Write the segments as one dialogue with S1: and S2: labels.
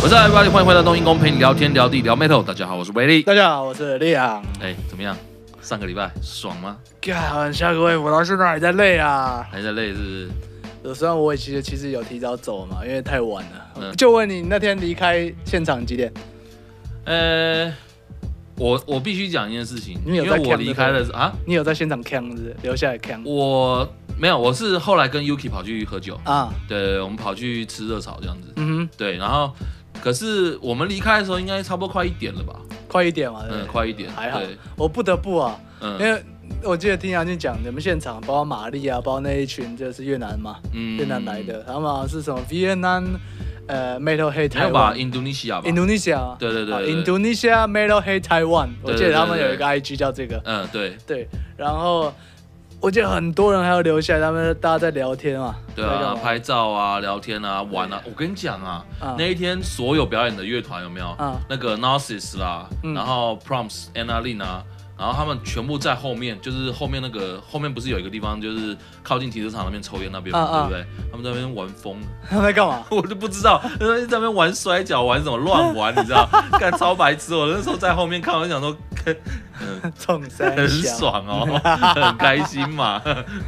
S1: 我是艾巴，欢迎回到冬阴功，陪你聊天聊地聊 metal。大家好，我是威力。
S2: 大家好，我是李昂。
S1: 哎，怎么样？上个礼拜爽吗？
S2: 干，下个月我到现在还在累啊。
S1: 还在累是不是？
S2: 虽然我也其实其实有提早走嘛，因为太晚了。
S1: 嗯
S2: 就问你那天离开现场几点？
S1: 呃，我我必须讲一件事情，
S2: 你有
S1: 因
S2: 在
S1: 为我
S2: camp
S1: 离开了啊，
S2: 你有在现场 c 是不是留下来 c
S1: 我没有，我是后来跟 Yuki 跑去喝酒，
S2: 啊，
S1: 对，我们跑去吃热炒这样子，
S2: 嗯
S1: 对，然后可是我们离开的时候应该差不多快一点了吧？
S2: 哼，快一点嘛，对不对
S1: 嗯，快一点，
S2: 还好
S1: 对，
S2: 我不得不啊，因
S1: 嗯
S2: 为我记得听杨静讲，你们现场包括玛丽啊，包括那一群就是越南嘛，
S1: 嗯
S2: 越南来的，他们好像是什么 Vietnam 呃 Metal
S1: 嗯没有
S2: Head 台
S1: 吧？
S2: 湾
S1: 印度尼西亚吧？
S2: ，Indonesia，
S1: 对对对
S2: 啊
S1: 对对
S2: Indonesia Metal Head Taiwan，我记
S1: 对对对
S2: 得他们有
S1: 对
S2: 一个 IG 叫这个，
S1: 嗯，对，
S2: 对，然后我记得很多人还要留下来，他们大家在聊天嘛，
S1: 对
S2: 在干
S1: 啊，
S2: 嘛
S1: 拍照啊，聊天啊，玩啊。我跟你讲啊，
S2: 啊
S1: 那一天所有表演的乐团有没有
S2: 啊？
S1: 那个 Narcissus 啦，
S2: 嗯
S1: 然后 Proms、Anna Lin 啊，然后他们全部在后面，就是后面那个后面不是有一个地方，就是靠近停车场那边抽烟那边嘛，
S2: 啊
S1: 对
S2: 啊
S1: 不对？他们在那边玩疯 了，
S2: 他们在干嘛？
S1: 我就不知道，他们在那边玩摔跤，啊玩什么乱玩，你知 道？干超白痴！哦我那时候在后面看，我就想说，
S2: 冲三
S1: 很
S2: 小，
S1: 爽哦，很开心 嘛，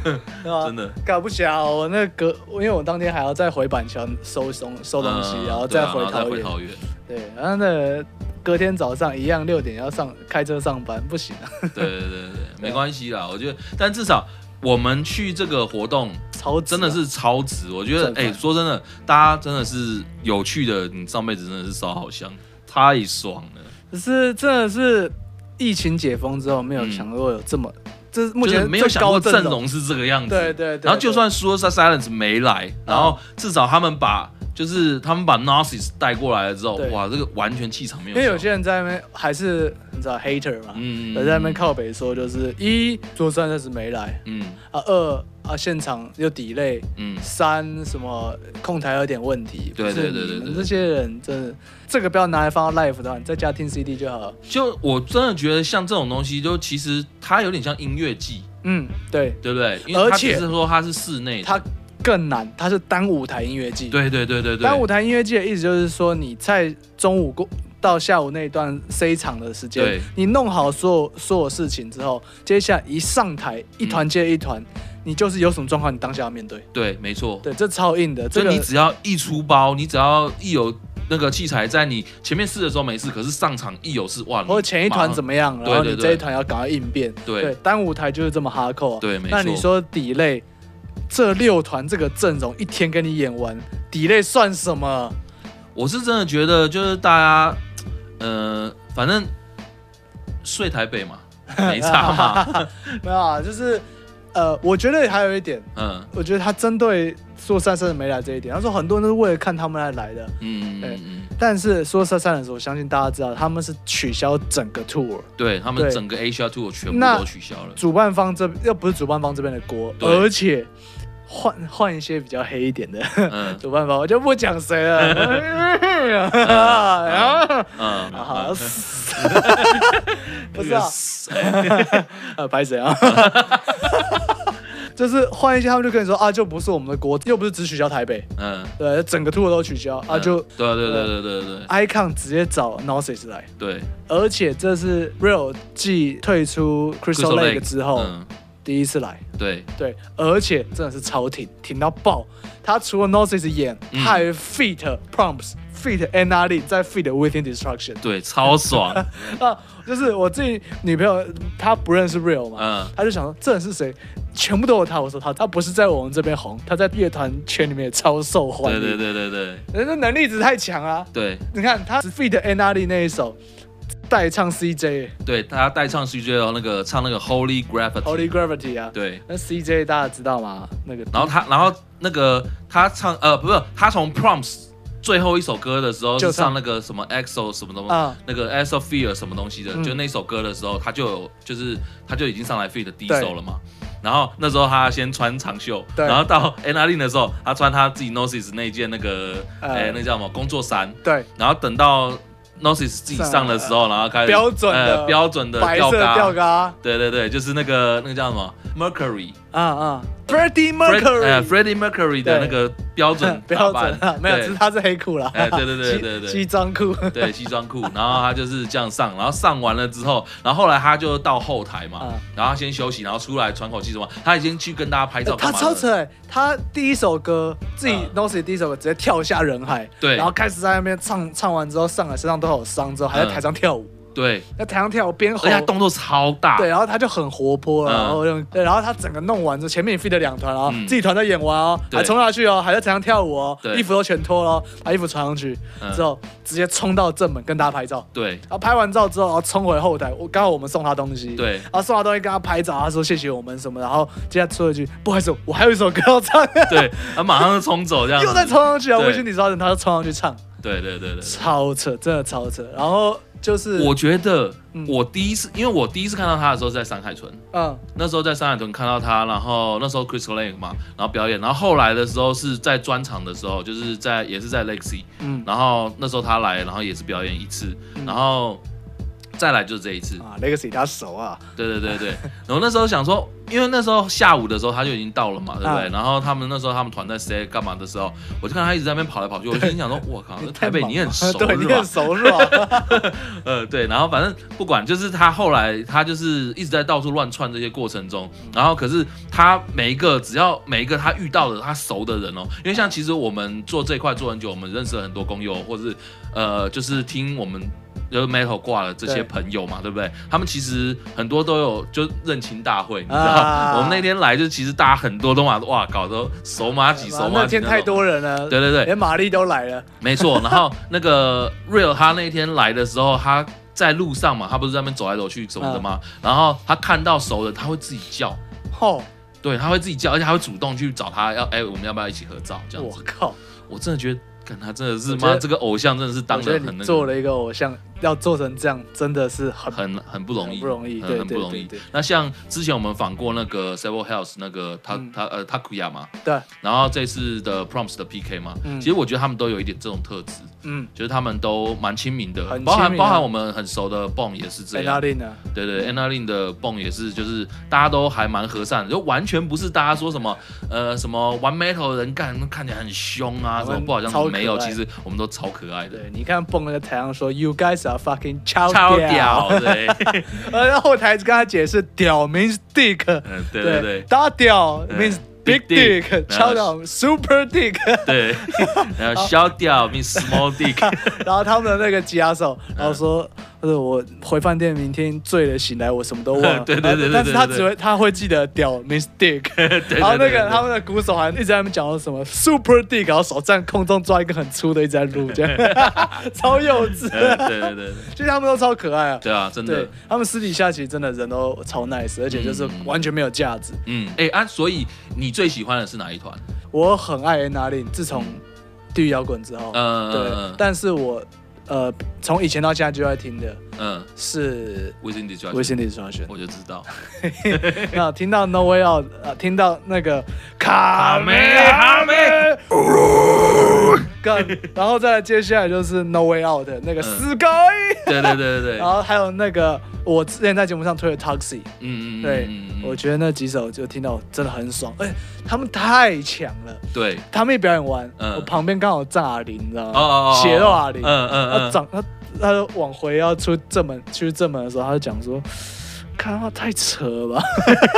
S2: 对吧
S1: 真的。
S2: 搞不小，我那隔，因为我当天还要再回板桥收松收东西，
S1: 嗯
S2: 然后
S1: 对啊
S2: 再回
S1: 然后
S2: 桃
S1: 再回
S2: 园。
S1: 桃园。
S2: 对，然后那隔天早上一样六点要上开车上班，不行啊，
S1: 对对对
S2: 啊
S1: 对，没关系啦，我觉得，但至少我们去这个活动
S2: 超值啊
S1: 真的是超值。我觉得，
S2: 真的
S1: 哎、说真的，大家真的是有趣的，你上辈子真的是烧好香，太爽了。
S2: 只是真的是疫情解封之后没有
S1: 嗯
S2: 想过有这么，这是目
S1: 就是
S2: 前
S1: 没有
S2: 最
S1: 想
S2: 高
S1: 过
S2: 阵
S1: 阵。容是这个样子。
S2: 对对对，嗯
S1: 然后就
S2: 对
S1: 算说 Silence 没来，然后至少他们把就是他们把 Narcissus 带过来了之后，
S2: 对
S1: 哇，这个完全气场没
S2: 因
S1: 有
S2: 为
S1: 消。
S2: 有些人在那边还是你知道 hater 嘛，
S1: 嗯
S2: 有在那边，靠北说就是一做三暂时没来
S1: 嗯
S2: 啊，二啊现场又 delay，
S1: 嗯，
S2: 三什么控台有点问题，
S1: 对
S2: 不
S1: 对
S2: 是
S1: 对对
S2: 你们
S1: 对
S2: 这些人真的这个不要拿来放到 live 的话，你在家听 CD 就好了。
S1: 就我真的觉得像这种东西，就其实它有点像音乐季，
S2: 嗯，对，
S1: 对不对？因为它
S2: 而且
S1: 只是说它是室内的，
S2: 它更难，它是单舞台音乐季。，
S1: 对对对对对，
S2: 单舞台音乐季的意思就是说，你在中午过到下午那一段 C 场的时间
S1: 对，
S2: 你弄好所有所有事情之后，接下来一上台，一
S1: 嗯
S2: 团接一团，你就是有什么状况，你当下要面对。
S1: 对，没错。
S2: 对，这超硬的，这
S1: 就
S2: 个
S1: 你只要一出包，你只要一有那个器材在，你前面试的时候没事，可是上场一有事，哇，
S2: 或者前一团怎
S1: 么？
S2: 么样，
S1: 对
S2: 然后你
S1: 对对
S2: 这一团要赶快应变。
S1: 对
S2: 单舞台就是这么哈扣、啊。
S1: 对没
S2: 那
S1: 错
S2: 你说 delay，这六团这个阵容一天跟你演完，delay 算什么？
S1: 我是真的觉得就是大家，呃，反正睡台北嘛，没差 嘛，
S2: 没有啊，就是呃，我觉得还有一点，
S1: 嗯
S2: 我觉得他针对说三三的没来这一点，他说很多人都是为了看他们来来的，
S1: 嗯
S2: 对
S1: 嗯嗯，
S2: 但是说三三的时候，我相信大家知道他们是取消整个 tour，
S1: 对他们
S2: 对
S1: 整个 Asia Tour 全部
S2: 那
S1: 都取消了，
S2: 主办方这又不是主办方这边的锅，
S1: 对
S2: 而且换换一些比较黑一点的。
S1: 嗯
S2: 主办方，我就不讲谁了。 然
S1: 嗯，
S2: 后，好，
S1: 嗯
S2: 死不是啊， 呃，白谁啊？就是换一下，他们就跟你说啊，就不是我们的国，又不是只取消台北，
S1: 嗯，
S2: 对，整个 tour 都取消啊，就啊
S1: 嗯对对对对对对
S2: icon 直接找 Nausis 来，
S1: 对
S2: 而且这是 Real 继退出 Crystal
S1: Crystal
S2: Lake
S1: Lake，
S2: 之后
S1: 嗯，
S2: 第一次来，
S1: 对，
S2: 对，而且真的是超挺，挺到爆。他除了 Noses 演，他
S1: 嗯
S2: 还 feat Prompts feat NR l 再 feat Within Destruction
S1: 对，超 爽，
S2: 啊，就是我自己女朋友她不认识 Real 嘛，
S1: 嗯
S2: 她就想说这人是谁，全部都有他。我说他他不是在我们这边红，他在乐团圈里面也超受欢
S1: 对
S2: 迎，
S1: 对对对对
S2: 人家能力值太强啊。
S1: 对
S2: 你看他只 feat NR l 那一首代唱 CJ
S1: 对，他带唱 CJ 哦，那个唱那个 Holy Gravity，
S2: Holy Gravity 啊，
S1: 对，
S2: 那 CJ 大家知道吗？那个
S1: 然后他然后那个他唱呃不是他从 Proms 最后一首歌的时候
S2: 就是唱
S1: 唱那个什么 EXO 什么东西。
S2: 啊。
S1: 那个 S of Fear 什么东西的，
S2: 嗯
S1: 就那首歌的时候，他就有，就是他就已经上来 feat 第一
S2: 对
S1: 首了嘛。然后那时候他先穿长袖，
S2: 对
S1: 然后到 n a l i n 的时候，他穿他自己 Noses 那件那个，哎、
S2: 呃
S1: 那叫什么工作衫，
S2: 对，
S1: 然后等到 Nosis 自己上的时候，然后开始
S2: 标准的
S1: 呃标准的
S2: 白
S1: 吊
S2: 色
S1: 嘎，
S2: 吊嘎，
S1: 对对对，就是那个那个叫什么 Mercury
S2: 啊啊，Freddie
S1: Fred 呃
S2: Mercury，
S1: Freddie Mercury 的那个标 准
S2: 标
S1: 打扮
S2: 准啊，没有，
S1: 对
S2: 只是他是黑裤啦，
S1: 哎对对对
S2: 西
S1: 对对
S2: 西装裤，
S1: 对西装裤，然后他就是这样上，然后上完了之后，然后后来他就到后台嘛，
S2: 嗯
S1: 然后他先休息，然后出来喘口气什么，他已经去跟大家拍照干
S2: 他
S1: 嘛
S2: 超
S1: 了
S2: 扯欸，他第一首歌自己
S1: 嗯
S2: Nosy 第一首歌直接跳下人海，
S1: 对
S2: 然后开始在那边唱，唱完之后上来身上都有伤，之后还在
S1: 嗯
S2: 台上跳舞，
S1: 对，
S2: 在台上跳舞边
S1: 而
S2: 吼
S1: 且。他动作超大，
S2: 对，然啊后他就很活泼，
S1: 嗯
S2: 啊然后用对，然后他整个弄完之后，前面 feed 了两团哦，
S1: 嗯
S2: 自己团都演完哦，
S1: 对
S2: 还冲下去哦，还在台上跳舞哦，
S1: 对
S2: 衣服都全脱了哦，把衣服穿上去
S1: 嗯
S2: 之后，直接冲到正门跟大家拍照，
S1: 对
S2: 然后拍完照之后，然后冲回后台，我刚好我们送他东西，
S1: 对
S2: 然后送他东西跟他拍照，他说谢谢我们什么，然后接下来说一句不好意思，我还有一首歌要唱，
S1: 对，他马上就冲走这样子，
S2: 又在冲上去啊，
S1: 对
S2: 微信你知道人，他就冲上去唱，
S1: 对对对对。
S2: 超扯，真的超扯。然后就是
S1: 我觉得
S2: 嗯
S1: 我第一次，因为我第一次看到他的时候是在山海豚，
S2: 嗯
S1: 那时候在山海豚看到他，然后那时候 Chris Lake 嘛，然后表演，然后后来的时候是在专场的时候，就是在也是在 Lexi，
S2: 嗯
S1: 然后那时候他来，然后也是表演一次，然后再来就是这一次，
S2: 啊，Legacy 他熟啊，
S1: 对对对对。然后那时候想说，因为那时候下午的时候他就已经到了嘛，对不对？
S2: 嗯
S1: 然后他们那时候他们团在 stay 干嘛的时候，我就看他一直在那边跑来跑去，我就心想 说，我靠，这台北你很熟
S2: 对，
S1: 是
S2: 你
S1: 吧
S2: 很？熟是 吧？
S1: 呃，对，然后反正不管，就是他后来他就是一直在到处乱窜这些过程中，然后可是他每一个只要每一个他遇到的他熟的人哦，因为像其实我们做这一块做很久，我们认识了很多工友，或者是呃就是听我们。就是 metal 挂了这些
S2: 对
S1: 朋友嘛，对不对？他们其实很多都有就认亲大会，你知道，
S2: 啊
S1: 我们那天来就其实大家很多都嘛，哇，搞得手麻几手麻
S2: 那
S1: 几
S2: 天
S1: 那
S2: 太
S1: 种，
S2: 多人了，
S1: 对对对，
S2: 连玛丽都来了，
S1: 没错，然后那个 Real 他那天来的时候，他在路上嘛，他不是在那边走来走去什么的吗？
S2: 嗯
S1: 然后他看到熟的，他会自己叫，
S2: 吼，
S1: 对，他会自己叫，而且他会主动去找他要，哎、我们要不要一起合照？这样
S2: 我
S1: 子，
S2: 靠，
S1: 我真的觉得，看他真的是
S2: 我觉得
S1: 妈，这个偶像真的是
S2: 我
S1: 当
S2: 觉得
S1: 得很
S2: 你
S1: 那
S2: 做
S1: 个，
S2: 了一个偶像，要做成这样真的是很
S1: 很很不容易，
S2: 很不容易
S1: 嗯很
S2: 对
S1: 不
S2: 对
S1: 容
S2: 对
S1: 易
S2: 对。
S1: 那像之前我们访过那个 Several Health 那个他
S2: 嗯
S1: 他呃 Takuya 嘛，
S2: 对，
S1: 然后这次的 Proms 的 PK 嘛，
S2: 嗯
S1: 其实我觉得他们都有一点这种特质，
S2: 嗯，
S1: 就是他们都蛮亲民的，
S2: 很
S1: 包
S2: 亲
S1: 含
S2: 民啊
S1: 包含我们很熟的 Bong 也是这
S2: 贝
S1: 样
S2: 拉，令呢？
S1: 对对，Anna Lin 的 Bong 也是，就是大家都还蛮和善的，就完全不是大家说什么呃什么玩 metal 的人干看起来很凶啊，
S2: 我
S1: 什
S2: 们
S1: 么不好像
S2: 超可
S1: 没有，
S2: 爱
S1: 其实我们都超可爱的，
S2: 对，你看蹦那个台上说 “You guys are fucking 超呃
S1: 超屌， 对，
S2: 然后后台跟他解释“屌 means dick”，
S1: 嗯对对对
S2: 大屌
S1: 嗯
S2: means
S1: big
S2: big
S1: dick，嗯
S2: dick，
S1: 然
S2: 超
S1: 后
S2: 屌 super dick，
S1: 对，然后小屌 means small dick，
S2: 然后他们的那个吉他手，
S1: 嗯
S2: 然后说，他说我回饭店明天醉了醒来，我什么都忘了。
S1: 对对对对对
S2: 但是他
S1: 对
S2: 只会他会记得屌 means dick，
S1: 对
S2: 然后那
S1: 对
S2: 个
S1: 对
S2: 他们的鼓手还一直在那边讲说什么 super dick，然后手在空中抓一个很粗的一直在撸，这样 超幼稚。
S1: 呃对对对对
S2: 其实他们都超可爱啊。
S1: 对啊，真的
S2: 对。他们私底下其实真的人都超 nice，而且就是
S1: 嗯
S2: 完全没有架子。
S1: 嗯，哎、啊，所以你最喜欢的是哪一团？
S2: 我很爱 N R 令，自从地狱摇滚之后，对
S1: 呃，，
S2: 但是我呃从以前到现在就在听的
S1: 嗯
S2: 是
S1: ，Within d i s t r a c t i o
S2: 微信里双选。
S1: 我就知道。
S2: 那听到 No Way Out，呃，听到那个卡梅
S1: 卡
S2: 哈
S1: 梅
S2: 梅， 干，然后再接下来就是 No Way Out 的那个
S1: 嗯
S2: Sky，
S1: 对对对对 对，
S2: 然后还有那个我之前在节目上推的 Taxi，
S1: 嗯嗯，嗯
S2: 对
S1: 嗯嗯
S2: 我觉得那几首就听到真的很爽，哎，他们太强了。
S1: 对，
S2: 他们一表演完，
S1: 嗯
S2: 我旁边刚好站阿林，你知道
S1: 哦哦
S2: 吗？
S1: 哦，
S2: 血肉阿林，
S1: 嗯嗯
S2: 他
S1: 嗯，
S2: 长他他就往回要出正门去正门的时候，他就讲说：“看他太扯了吧。”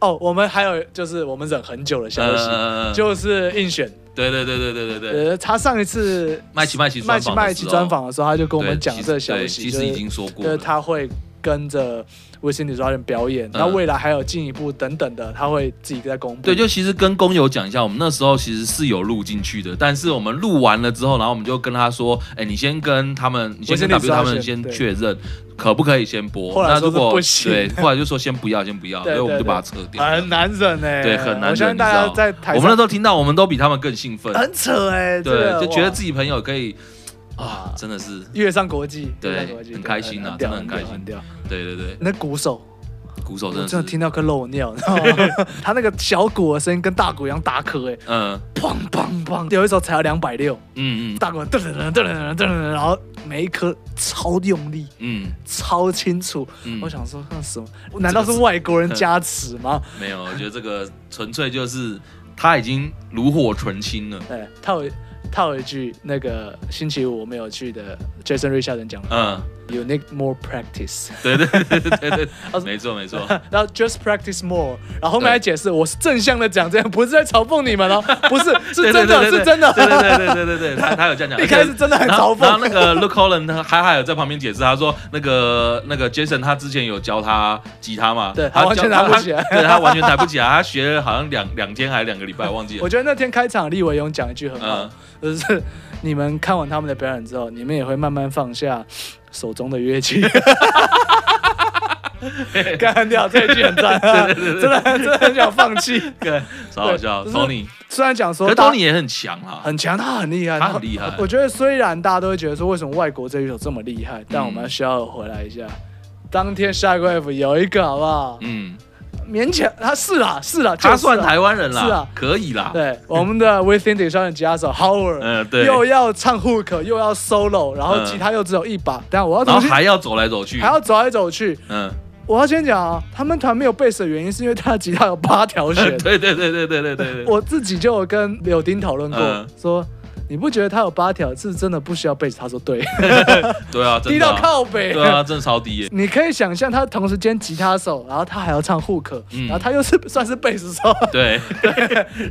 S2: 哦，我们还有就是我们忍很久的消息，
S1: 嗯嗯嗯
S2: 就是应选，
S1: 对对对对对对对，
S2: 呃，他上一次
S1: 麦奇麦奇
S2: 麦
S1: 专
S2: 奇
S1: 访
S2: 麦奇专访的时候，他就跟
S1: 跟
S2: 我们讲这个消息，
S1: 其
S2: 就
S1: 实已
S2: 是
S1: 经说过
S2: 就是
S1: 了，嗯
S2: 他会跟着微信女主人表演，那、未来还有进一步等等的，他会自己在公布。
S1: 对，就其实跟工友讲一下，我们那时候其实是有录进去的，但是我们录完了之后，然后我们就跟他说，哎，你先跟他们，你先跟
S2: 我先
S1: W 他们
S2: 你
S1: 先
S2: 对
S1: 确认可不可以先播。
S2: 后来
S1: 那
S2: 说
S1: 如
S2: 是
S1: 果
S2: 不行
S1: 对，后来就说先不要，先不 要，
S2: 对
S1: 所以我们
S2: 对
S1: 就把它撤掉。
S2: 很难忍哎、
S1: 对，很难
S2: 我相
S1: 忍，
S2: 信
S1: 你
S2: 大
S1: 知
S2: 家
S1: 道
S2: 在台
S1: 我们那
S2: 上
S1: 时候听到，我们都比他们更兴奋，
S2: 很扯哎、这
S1: 对，
S2: 个
S1: 就觉得
S2: 哇
S1: 自己朋友可以啊
S2: 哇，
S1: 真的是，
S2: 跃上国际，
S1: 对
S2: 跃上国际
S1: 很开心啊
S2: 对
S1: 真的很
S2: 屌
S1: 开心
S2: 屌屌
S1: 对对对，
S2: 那鼓手，
S1: 鼓手真
S2: 我
S1: 的
S2: 真
S1: 是
S2: 的听到快漏尿，你知道 吗他那个小鼓的声音跟大鼓一样打壳，哎，
S1: 嗯
S2: 砰砰砰，有一首才要两百六，
S1: 嗯嗯
S2: 大鼓噔噔噔噔噔噔噔，然后每一颗超用力。
S1: 嗯
S2: 超清楚，
S1: 嗯，
S2: 我想说，看什么？难道是外国人加持吗？
S1: 没有，我觉得这个纯粹就是他已经炉火纯青了。
S2: 哎，套一套一句那个星期五我们有去的 Jason r i c h a r d 讲的
S1: 嗯，
S2: ，You need more practice，
S1: 对对对对对
S2: 哦
S1: 对，没错没错，
S2: 然后 just practice more，然后后面
S1: 对
S2: 还解释我是正向的讲这样，不是在嘲讽 你们哦，不是，是
S1: 对
S2: 真的，是
S1: 对
S2: 真的。
S1: 对对对对对对，他他有这样讲，
S2: 一开始真的很
S1: 然后
S2: 嘲讽
S1: 然后那个 Luke Holland 他还还有在旁边解释，他说那个那个 Jason 他之前有教他吉他嘛，
S2: 对
S1: 他
S2: 他完全
S1: 教他
S2: 拿不起来
S1: 他对他完全抬不起来，他学了好像两两天还是两个礼拜，忘记了
S2: 我。觉得那天开场立伟勇讲一句很好
S1: 嗯，
S2: 就是你们看完他们的表演之后，你们也会慢慢放下手中的乐器。 干掉这一句很赞，啊真的真的很想放弃。
S1: 对，超好笑
S2: 对就是
S1: ，Tony，
S2: 虽然讲
S1: 可
S2: 说
S1: 是
S2: 大
S1: Tony 也很强啊，
S2: 很强，他很厉害，
S1: 他很厉害
S2: 我觉得虽然大家都会觉得说为什么外国这一首这么厉
S1: 嗯
S2: 害，但我们需要回来一下。当天下一个 F 有一个好不好？
S1: 嗯，
S2: 勉强他是啦是啦，
S1: 他
S2: 就是啦
S1: 算台湾人啦，
S2: 啊是啊
S1: 可以啦，
S2: 对我们的 Within 底上的吉他手 Howard，
S1: 嗯对
S2: 又要唱 hook 又要 solo，然后
S1: 嗯
S2: 吉他又只有一把，但我要怎
S1: 然后
S2: 么去
S1: 还要走来走去，
S2: 还要走来走去？
S1: 嗯，
S2: 我要先讲啊，他们团没有贝斯的原因是因为他的吉他有八条 弦，
S1: 对对对对对对对对，
S2: 我自己就有跟柳丁讨论过，
S1: 嗯
S2: 说你不觉得他有八条是真的不需要贝斯？他说对，
S1: 对啊，真
S2: 低
S1: 的
S2: 到
S1: 啊，
S2: 靠北。
S1: 对啊，真的超低 耶，
S2: 你可以想象他同时兼吉他手，然后他还要唱 hook，、
S1: 嗯
S2: 然后他又是算是贝斯手，
S1: 对，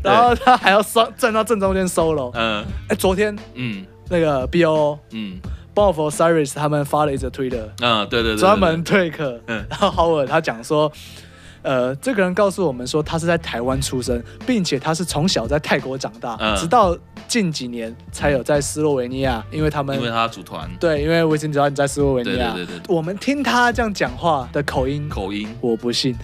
S2: 然后他还要双站到正中间 solo。哎、
S1: 嗯
S2: 昨天
S1: 嗯
S2: 那个 B O
S1: 嗯
S2: Bob for Cyrus 他们发了一则推特，
S1: 嗯，对对对对，
S2: 专门 take，
S1: 嗯
S2: 然后 Howard 他讲说。呃，这个人告诉我们说，他是在台湾出生，并且他是从小在泰国长大，
S1: 嗯
S2: 直到近几年才有在斯洛维尼亚，因为他们
S1: 因为他组团
S2: 对，因为维京只要你在斯洛维尼亚，
S1: 对对对
S2: 我们听他这样讲话的口音，
S1: 口音，
S2: 我 不信。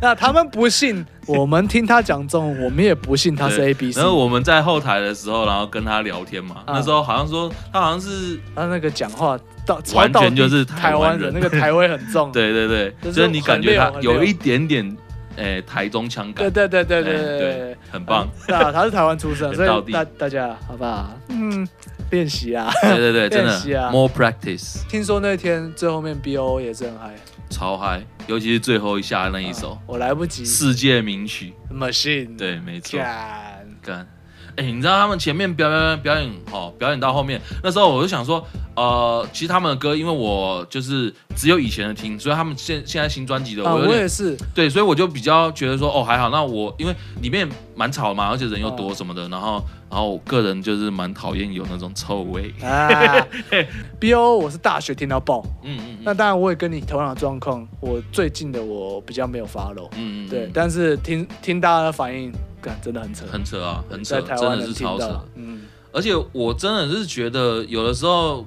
S2: 那他们不信，我们听他讲中文，我们也不信他是
S1: 对
S2: A B C
S1: 然。后我们在后台的时候，然后跟他聊天嘛，
S2: 啊嗯
S1: 那时候好像说他好像是。
S2: 他那个讲话到超
S1: 完全
S2: 到底
S1: 就是
S2: 台
S1: 台
S2: 湾
S1: 湾
S2: 人，
S1: 人
S2: 那个台味很重。
S1: 对对
S2: 就
S1: 对，
S2: 是
S1: 就是你感觉
S2: 很溜
S1: 他
S2: 很溜
S1: 有一点点，诶，台中腔
S2: 对
S1: 感，
S2: 对对 对
S1: 对哎
S2: 对对对
S1: 对，，很棒，
S2: 对啊，他是台湾出生，
S1: 很
S2: 所
S1: 到
S2: 以
S1: 地
S2: 大大家好不好？嗯，练习啊。
S1: 对对对，真
S2: 练习啊
S1: 的，more practice，
S2: 听说那天最后面 B O 也是很嗨，
S1: 超嗨，尤其是最后一下那一首
S2: 啊我来不及
S1: 世界名曲，
S2: machine，，
S1: 对，没错，
S2: 干，
S1: 干。哎、你知道他们前面表演表演哦，表演到后面，那时候我就想说，呃，其实他们的歌，因为我就是只有以前的听，所以他们现现在新专辑的，
S2: 啊，
S1: 我有
S2: 我
S1: 点、
S2: 也是，
S1: 对，所以我就比较觉得说，哦，还好，那我因为里面蛮吵嘛，而且人又
S2: 啊
S1: 多什么的，然后然后我个人就是蛮讨厌有那种臭味，
S2: 啊，B O 我是大学听到爆，
S1: 嗯嗯
S2: 那
S1: 嗯
S2: 当然我也跟你同样的状况，我最近的我比较没有 follow，
S1: 嗯嗯，
S2: 对
S1: 嗯，
S2: 但是听听大家的反应，干真的很扯，
S1: 很扯啊，很扯，
S2: 在台
S1: 真
S2: 湾
S1: 的
S2: 能
S1: 是
S2: 听
S1: 超扯
S2: 到，，嗯，
S1: 而且我真的是觉得，有的时候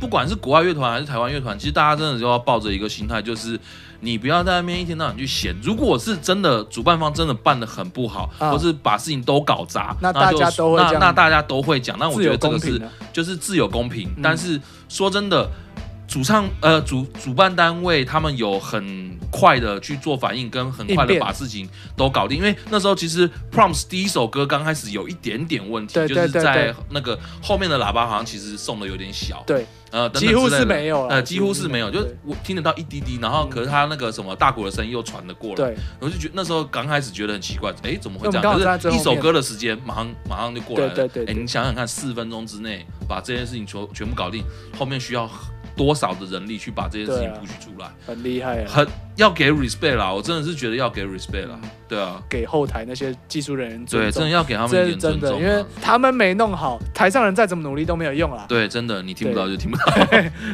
S1: 不管是国外乐团还是台湾乐团，其实大家真的就要抱着一个心态，就是你不要在那边一天到晚去嫌。如果是真的主办方真的办得很不好，
S2: 啊
S1: 或是把事情都搞砸，
S2: 那
S1: 就
S2: 大家都会这
S1: 那
S2: 样嗯
S1: 那大家都会讲。那我
S2: 自
S1: 觉
S2: 由
S1: 得这
S2: 公
S1: 个
S2: 平
S1: 是
S2: 的，
S1: 就是自有公平，
S2: 嗯
S1: 但是说真的。主唱呃主主办单位他们有很快的去做反应，跟很快
S2: 应
S1: 的
S2: 变
S1: 把事情都搞定。因为那时候其实 Proms 第一首歌刚开始有一点点问题，
S2: 对
S1: 就是
S2: 对对
S1: 在那个后面的喇叭好像其实送的有点小，
S2: 对，
S1: 呃，等等
S2: 几乎
S1: 之类
S2: 是
S1: 的
S2: 没有啦
S1: 呃，几乎是没有，
S2: 几
S1: 就
S2: 乎是没有嗯
S1: 是我听得到一滴滴，然后可是他那个什么大鼓的声音又传得过来，
S2: 对
S1: 我就觉得那时候刚开始觉得很奇怪，哎，怎么会这
S2: 因为我们刚好
S1: 样？
S2: 站在
S1: 可
S2: 最
S1: 是
S2: 后
S1: 一
S2: 面
S1: 首歌的时间马上马上就过来了，
S2: 对对对
S1: 哎，你想想看，四分钟之内把这件事情全全部搞定，后面需要多少的人力去把这件事
S2: 对
S1: 情
S2: 啊
S1: push 出来？
S2: 很厉害啊。
S1: 很要给 respect 啦，我真的是觉得要给 respect 啦，对啊，
S2: 给后台那些技术人员嗯尊
S1: 对，真的
S2: 重，
S1: 要给他们一
S2: 这是
S1: 点
S2: 真
S1: 尊
S2: 的，
S1: 重
S2: 因为
S1: 啊。
S2: 他们没弄好，台上人再怎么努力都没有用啦。
S1: 对，真的，你听不到就听不到，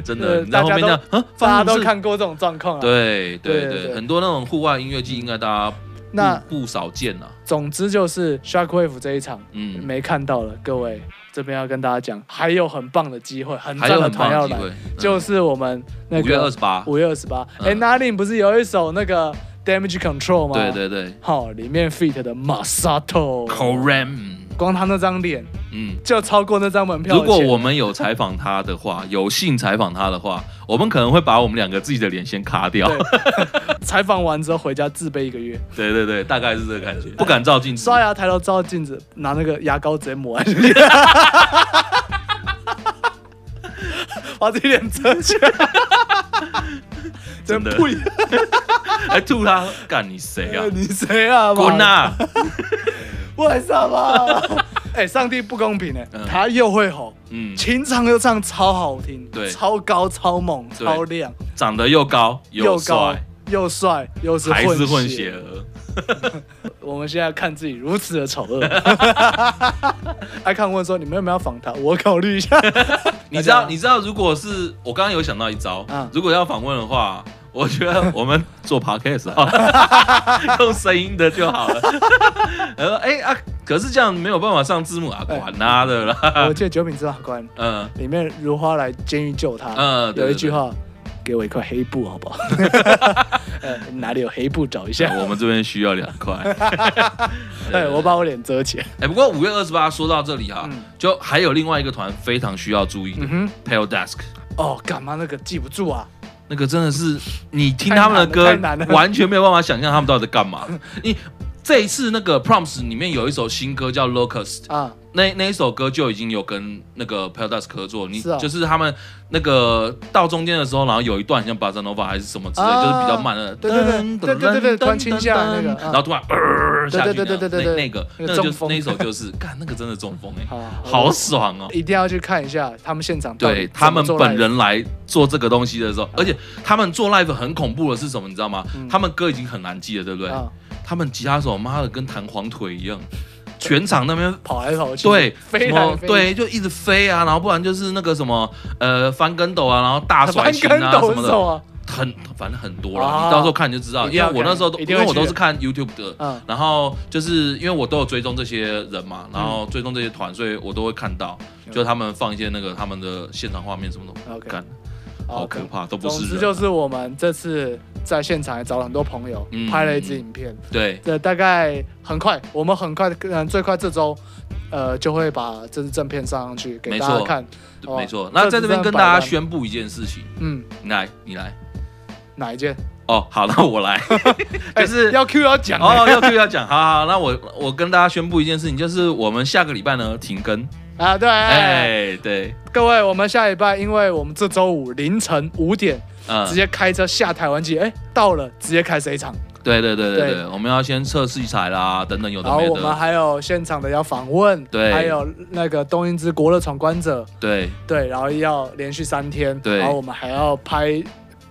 S1: 真
S2: 呃
S1: 的。你在后面
S2: 大
S1: 这样，
S2: 家
S1: 啊，
S2: 大家
S1: 发生什么
S2: 都
S1: 事
S2: 看过这种状况啊。，
S1: 对对
S2: 对对对
S1: 对，很多那种户外音乐季，应该大家
S2: 那
S1: 不不少见啊。
S2: 总之就是 Shockwave 这一场
S1: 嗯，
S2: 没看到了，各位这边要跟大家讲，还有很棒的机会，很
S1: 还
S2: 赞
S1: 有
S2: 的
S1: 很棒
S2: 团要
S1: 的机
S2: 来
S1: 会，，嗯
S2: 就是我们那
S1: 五月二
S2: 个
S1: 十八，
S2: 五月二十八。
S1: 嗯
S2: 哎 n a l i n 不是有一首那个 Damage Control 吗？
S1: 对。对对
S2: 好，里面 feat 的 Masato，
S1: ，Coram，
S2: 光他那张脸
S1: 嗯，
S2: 就超过那张门票的
S1: 如
S2: 钱。
S1: 果我们有采访他的话，有幸采访他的话，我们可能会把我们两个自己的脸先卡掉。
S2: 对采访完之后回家自备一个月，
S1: 对对对，大概是这个感觉，不敢照镜子
S2: 刷。牙抬头照镜子，拿那个牙膏直接抹在脸， 把自己脸遮起来，
S1: 真的
S2: 不一样
S1: 还吐他，干你谁啊？
S2: 你谁啊？
S1: 滚！啊！
S2: 为什么？ 哎、上帝不公平哎、
S1: 嗯
S2: 他又会吼，
S1: 嗯，
S2: 情场又唱超好听，
S1: 对
S2: 超高、超猛、
S1: 对
S2: 超亮，
S1: 长得又高
S2: 又高
S1: 帅，
S2: 又帅，又是
S1: 还是混血。
S2: 血
S1: 儿。
S2: 我们现在看自己如此的丑恶。 爱看问说：“你们有没有要访他？我考虑一下。
S1: 你知道，你知道，如果是我刚刚有想到一招，
S2: 嗯
S1: 如果要访问的话，我觉 得我们做 podcast 好了，用声音的就好了。 然后哎啊，可是这样没有办法上字幕啊，
S2: 哎
S1: 管他的啦。”
S2: 我记得《九品芝麻官》
S1: 嗯，
S2: 里面如花来监狱救他，
S1: 嗯对
S2: 有一句话：“给我一块黑布，好 不好？”呃，哪里有黑布找一下。
S1: 我们这边需要两 块。
S2: 对，哎我把我脸遮起来。
S1: 哎，不过五月二十八说到这里哈
S2: 嗯，
S1: 就还有另外一个团非常需要注意的
S2: 嗯哼，
S1: Pale Desk。
S2: 哦，干嘛那个记不住啊？
S1: 那个真的是，你听他们的歌
S2: 太难了太难，了
S1: 完全没有办法想象他们到底在干 嘛。你这一次那个 Proms 里面有一首新歌叫 Locust，
S2: 啊，
S1: 那那一首歌就已经有跟那个 p a l d a s 合作，你
S2: 是啊
S1: 就是他们那个到中间的时候，然后有一段像 Bossa Nova 还是什么之类，
S2: 啊
S1: 就是比较慢的，
S2: 对对对
S1: 噔
S2: 对对对对
S1: 噔
S2: 突然轻下来
S1: 噔
S2: 那个
S1: 噔
S2: 啊
S1: 然后突然呃下去那样，
S2: 对对对对对对
S1: 那那个
S2: 那
S1: 那个
S2: 个
S1: 就是
S2: 中风
S1: 那一首就是，干那个真的中风哎，
S2: 好，
S1: 好爽哦。
S2: 一定要去看一下他们现场到底
S1: 对
S2: 怎么
S1: 他们
S2: 做
S1: 本
S2: live
S1: 人来做这个东西的时候，而且他们做 live 很恐怖的是什么，你知道吗？
S2: 嗯
S1: 他们歌已经很难记了，对不对？
S2: 啊，
S1: 他们吉他手妈的跟弹簧腿一样，全场那 边
S2: 跑来跑去，
S1: 对，
S2: 飞
S1: 什
S2: 来
S1: 么
S2: 飞去，
S1: 对，就一直飞啊，然后不然就是那个什么呃翻跟斗啊，然后大甩
S2: 翻
S1: 琴
S2: 跟
S1: 啊什
S2: 斗
S1: 么
S2: 手
S1: 的，
S2: 啊，
S1: 很反正很多了，
S2: 啊
S1: 你到时候看你就知道。
S2: 一
S1: 因
S2: 定要
S1: 为我那时候都
S2: 看一
S1: 因
S2: 定
S1: 为
S2: 会
S1: 我
S2: 去的
S1: 都是看 YouTube 的，
S2: 嗯
S1: 然后就是因为我都有追踪这些人嘛，然后追踪这些团，所以我都会看到，
S2: 嗯
S1: 就是他们放一些那个他们的现场画面什么的，
S2: OK 哦
S1: 干好可。怕，都不
S2: 总
S1: 是
S2: 之
S1: 人。
S2: 就是我们这次在现场也找了很多朋友
S1: 嗯
S2: 拍了一支影片，
S1: 对，
S2: 这呃大概很快，我们很快，嗯，最快这周，呃，就会把这支正片上上去给
S1: 没
S2: 大家
S1: 错
S2: 看。哦
S1: 没错。那在这边跟大家宣布一件事情，
S2: 嗯，
S1: 你来，你来。
S2: 哪一件？
S1: 哦，好， 那我 来，就是
S2: 哎要 Q 要讲
S1: 哦，要 Q 要讲，好好，那我我跟大家宣布一件事情，就是我们下个礼拜呢停更，
S2: 啊，对，
S1: 哎、对，
S2: 各位，我们下礼拜，因为我们这周五凌晨五点
S1: 嗯
S2: 直，接开车下台湾记，哎，到了直接开谁场，
S1: 对对对对
S2: 对
S1: 对，我们要先测器材啦，等等有
S2: 然
S1: 的
S2: 后
S1: 没
S2: 我们
S1: 的，
S2: 还有现场的要访问，
S1: 对
S2: 还有那个东英之国乐闯关者，
S1: 对
S2: 对，然后要连续三天，
S1: 对
S2: 然后我们还要拍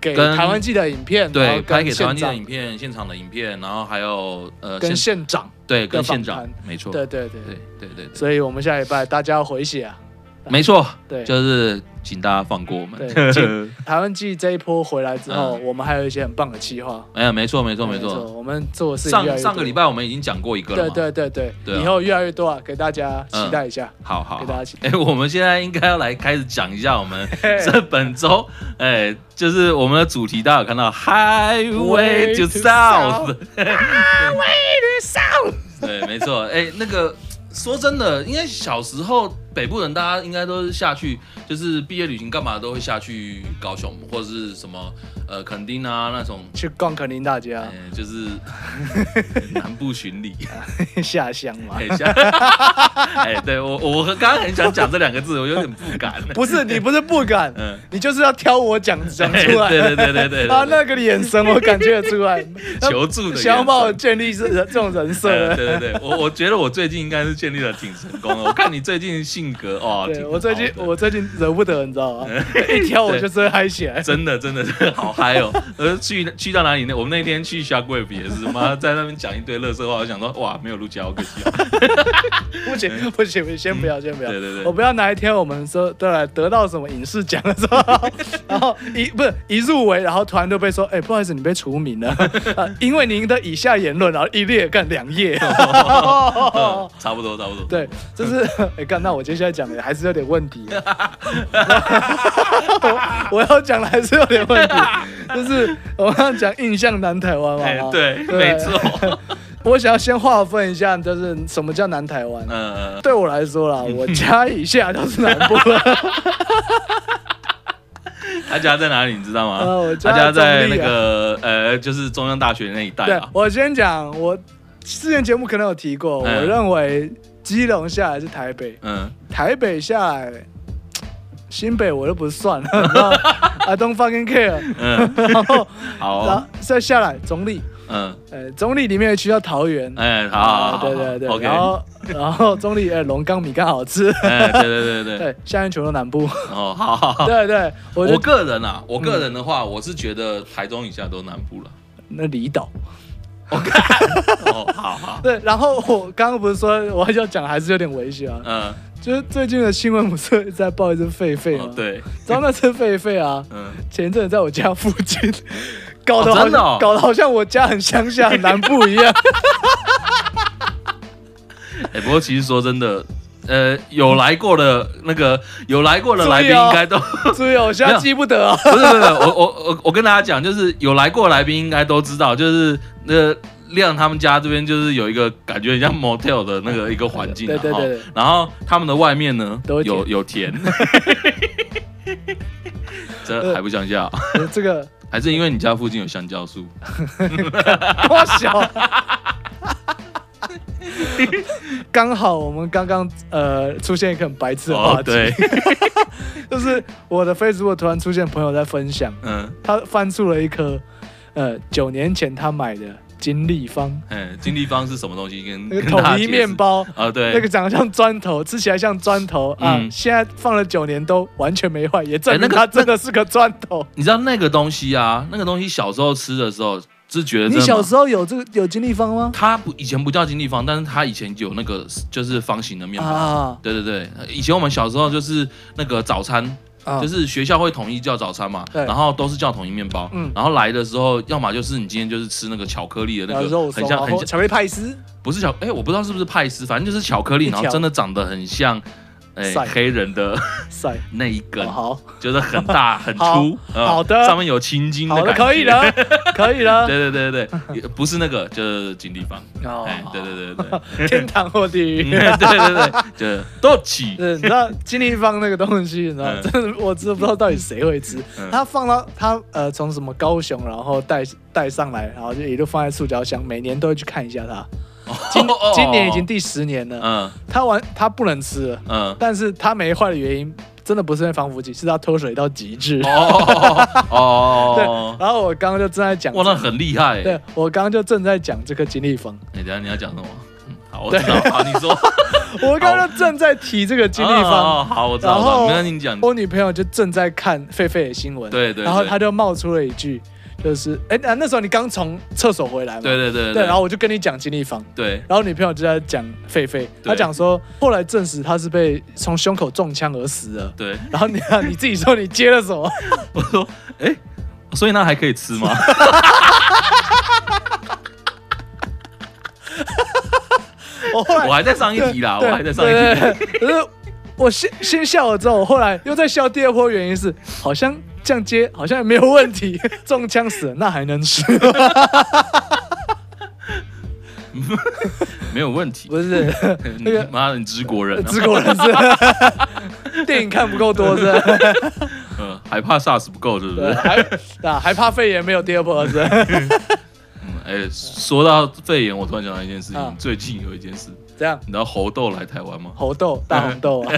S2: 给
S1: 跟
S2: 台湾记的影片，然后
S1: 对，
S2: 跟
S1: 拍给台湾记的
S2: 县长
S1: 影片，现场的影片，然后还有呃，
S2: 跟
S1: 现
S2: 县长，
S1: 对跟
S2: 的访
S1: 县长
S2: 谈，
S1: 没错，
S2: 对对对，
S1: 对对对对，
S2: 所以我们下礼拜大家要回血啊，
S1: 没错，
S2: 对
S1: 就是请大家放过我们，
S2: 对，进台湾记这一波回来之后，
S1: 嗯
S2: 我们还有一些很棒的计划，
S1: 哎呀，没错没错没
S2: 没
S1: 错，
S2: 我们做的事情越来
S1: 上
S2: 越
S1: 上个
S2: 多
S1: 礼。拜我们已经讲过一个了
S2: 对
S1: 嘛，
S2: 对对对，
S1: 对啊
S2: 以后越来越多啊，给大家期待一下，
S1: 好好
S2: 给
S1: 好
S2: 大。家期 待。
S1: 哎、我们现在应该要来开始讲一下我 们这本周，哎、就是我们的主题，大家有看到 Highway to
S2: to
S1: South，
S2: 少
S1: 对，没错，哎、那个说真的，因为小时候北部人大家应该都是下去，就是毕业旅行干嘛都会下去高雄或者是什么呃垦丁啊那种，
S2: 去逛垦丁大啊
S1: 哎
S2: 家
S1: 就是 南部巡礼。
S2: 下乡嘛？
S1: 哎、像 哎、对我我刚刚很想讲这两个字，我有点不敢。
S2: 不是你不是不敢，
S1: 嗯，
S2: 你就是要挑我讲讲
S1: 哎
S2: 出 来。
S1: 对对对对对对，
S2: 他那个眼神我感觉得出来，
S1: 求助的眼神
S2: 想要帮我建立是人这种人设
S1: 呃
S2: 的。
S1: 对对对，我我觉得我最近应该是建立的挺成功的。我看你最近性格哦，
S2: 对
S1: 挺
S2: 我最近
S1: 好的
S2: 我最近惹不得，你知道 吗？一挑我就是会嗨起来。
S1: 真的真的 是好嗨哦！呃，去去到哪里呢？我们那天去 s h a w a v e 也是，妈在那边讲一堆乐色话，我想说哇，没有录好可惜哦。
S2: 不行不行不行，先不要先不要。
S1: 嗯对对对
S2: 我不要哪一天我们说对了得到什么影视奖的时 候，然后一不是一入围，然后突然就被说，哎、不好意思，你被除名 了、啊，因为您的以下言论，然后一列干 两页。
S1: 嗯差不多差不多。
S2: 哦对，就是 哎干、那我接下来讲的还是有点问 题。 我我要讲的还是有点问题，就是我们要讲印象南台湾嘛。
S1: 哎，
S2: 哈
S1: 对，
S2: 对
S1: 没错，
S2: 我想要先划分一下，就是什么叫南台湾。
S1: 呃，
S2: 对我来 说啦，我家以下就是南部了。
S1: 他家在哪里？你知道吗
S2: 呃我？
S1: 他
S2: 家
S1: 家在
S2: 中立
S1: 那
S2: 啊
S1: 个呃，就是中央大学那一带
S2: 对
S1: 啊，。
S2: 我先讲，我之前节目可能有提过，我
S1: 嗯
S2: 认为基隆下来是台北，
S1: 嗯，
S2: 台北下来，新北我就不算了 然后，I 啊 don't fucking care。
S1: 嗯，
S2: 然后，
S1: 好
S2: 然后
S1: 哦，
S2: 再下来中立，
S1: 嗯，
S2: 呃，中立里面有一区叫桃园。啊
S1: 哎，好好，好好
S2: 哦对对对
S1: ，OK，
S2: 然后然后中立呃龙岗米干好吃，
S1: 哎，对对对对，
S2: 对，下面全都南部，
S1: 哦，好好好。
S2: 对对，我
S1: 我
S2: 就嗯
S1: 个人啊，我个人的话，我是觉得台中以下都南 部了。
S2: 那离岛，
S1: 哦，好好，
S2: 对，然后我刚刚不是说我要讲还是有点危险啊，
S1: 嗯，
S2: 就是最近的新闻不是在报一只狒狒
S1: 哦
S2: 吗？，
S1: 对，
S2: 然后那只狒狒啊，
S1: 嗯，
S2: 前阵子在我家附近，搞得
S1: 哦
S2: 好
S1: 真的哦
S2: 像搞得好像我家很乡下很南部一样，
S1: 哎，不过其实说真的，呃，有来过的那个有来过的来宾
S2: 注意哦
S1: 应该都
S2: 所以我现在记不得啊。
S1: 不是不是，我我我我跟大家讲，就是有来过的来宾应该都知道，就是那亮他们家这边就是有一个感觉很像 motel 的那个一个环境、啊，
S2: 对对对对
S1: 齁然后他们的外面呢
S2: 都会填
S1: 有有田， 这还不乡下啊、
S2: 这个
S1: 还是因为你家附近有香蕉树？
S2: 多小。 刚好我们刚刚呃出现一个很白痴的
S1: 哦，
S2: 话题，
S1: 对，
S2: 就是我的 Facebook 突然出现朋友在分享，
S1: 嗯，
S2: 他翻出了一颗呃九年前他买的金立方，
S1: 哎，金立方是什么东西？跟
S2: 那
S1: 跟
S2: 个
S1: 大家
S2: 统
S1: 解
S2: 一
S1: 释
S2: 面包，
S1: 啊，对，
S2: 那个长得像砖头，吃起来像砖头啊、
S1: 嗯
S2: 现在放了九年都完全没坏，也证
S1: 哎那
S2: 明
S1: 个
S2: 它真的是个砖头。
S1: 你知道那个东西啊，那个东西小时候吃的时候是觉得
S2: 你小
S1: 候。
S2: 时候有这个有金立方吗？
S1: 它不以前不叫金立方，但是它以前有那个就是方形的面包。
S2: 啊
S1: 对对对，以前我们小时候就是那个早餐，
S2: 啊
S1: 就，是学校会统一叫早餐嘛，
S2: 对
S1: 然后都是叫统一面包。
S2: 嗯
S1: 然后来的时候，要么就是你今天就是吃那个巧克力的那
S2: 然后
S1: 个，
S2: 肉
S1: 很
S2: 松，
S1: 像
S2: 然
S1: 很
S2: 后
S1: 像，
S2: 巧克力派斯，
S1: 不是巧，哎，我不知道是不是派斯，反正就是巧克力，
S2: 一
S1: 然
S2: 条
S1: 后真的长得很像，哎，
S2: 塞
S1: 黑人的
S2: 塞，
S1: 那一根
S2: 哦，好。
S1: 就是很 大很粗，嗯
S2: 好的
S1: 上面有青筋的
S2: 好了，
S1: 感觉。
S2: 可以了，可以 了。
S1: 哎对对对对，也不是那个，就是金立方。
S2: 哦
S1: 哎，对对对对。
S2: 天堂或地
S1: 嗯
S2: 狱。
S1: 对对对，就是都起，
S2: 对，你知道金立方那个东西，你知道，
S1: 嗯
S2: 真的我真的不知道到底谁会吃
S1: 嗯。
S2: 他放到他呃从什么高雄，然后带带上来，然后就一路放在塑胶箱，每年都会去看一下它。 今
S1: 哦
S2: 今年已经第十年了，
S1: 嗯
S2: 它完它不能吃了，
S1: 嗯。
S2: 但是它没坏的原因真的不是因为防腐剂，是它脱水到极致。
S1: 哦
S2: 对
S1: 哦，，
S2: 然后我刚刚就正在讲，
S1: 哇，那很厉害。
S2: 对
S1: 哎，
S2: 我刚刚就正在讲这个金立方，
S1: 等一下你要讲什么？嗯，好，我知道。好，你 说。
S2: 我刚刚就正在提这个金立方。
S1: 哦，好，我知道。
S2: 然
S1: 我知
S2: 后
S1: 道没关系，你讲。
S2: 我女朋友就正在看狒狒的新闻，
S1: 对对对
S2: 然后她就冒出了一句，就是哎、啊，那时候你刚从厕所回来嘛，
S1: 对对对
S2: 然后我就跟你讲金立方，
S1: 对，
S2: 然后女朋友就在讲狒狒，她讲说后来证实她是被从胸口中枪而死的，
S1: 对，
S2: 然后你啊你自己说你接了什么？
S1: 我说，哎，所以那还可以吃 吗？
S2: 我后来
S1: 我还在上一题啦，我还在上一
S2: 对
S1: 题。
S2: 对对可是我先先笑了之后，我后来又在笑第二波，原因是好像这样接好像也没有问题，中枪死了那还能吃？
S1: 没有问题。
S2: 不是那个
S1: 你妈的，你知国人啊。
S2: 知果人是 电影看不够多是吧
S1: 嗯，还怕 SARS 不够，是不是？
S2: 对，还啊还怕肺炎没有第二波是吧
S1: 嗯，哎，说到肺炎，我突然想到一件事
S2: 啊
S1: 情，最近有一件事，
S2: 这样
S1: 你知道猴痘来台湾吗？
S2: 猴痘大红豆啊，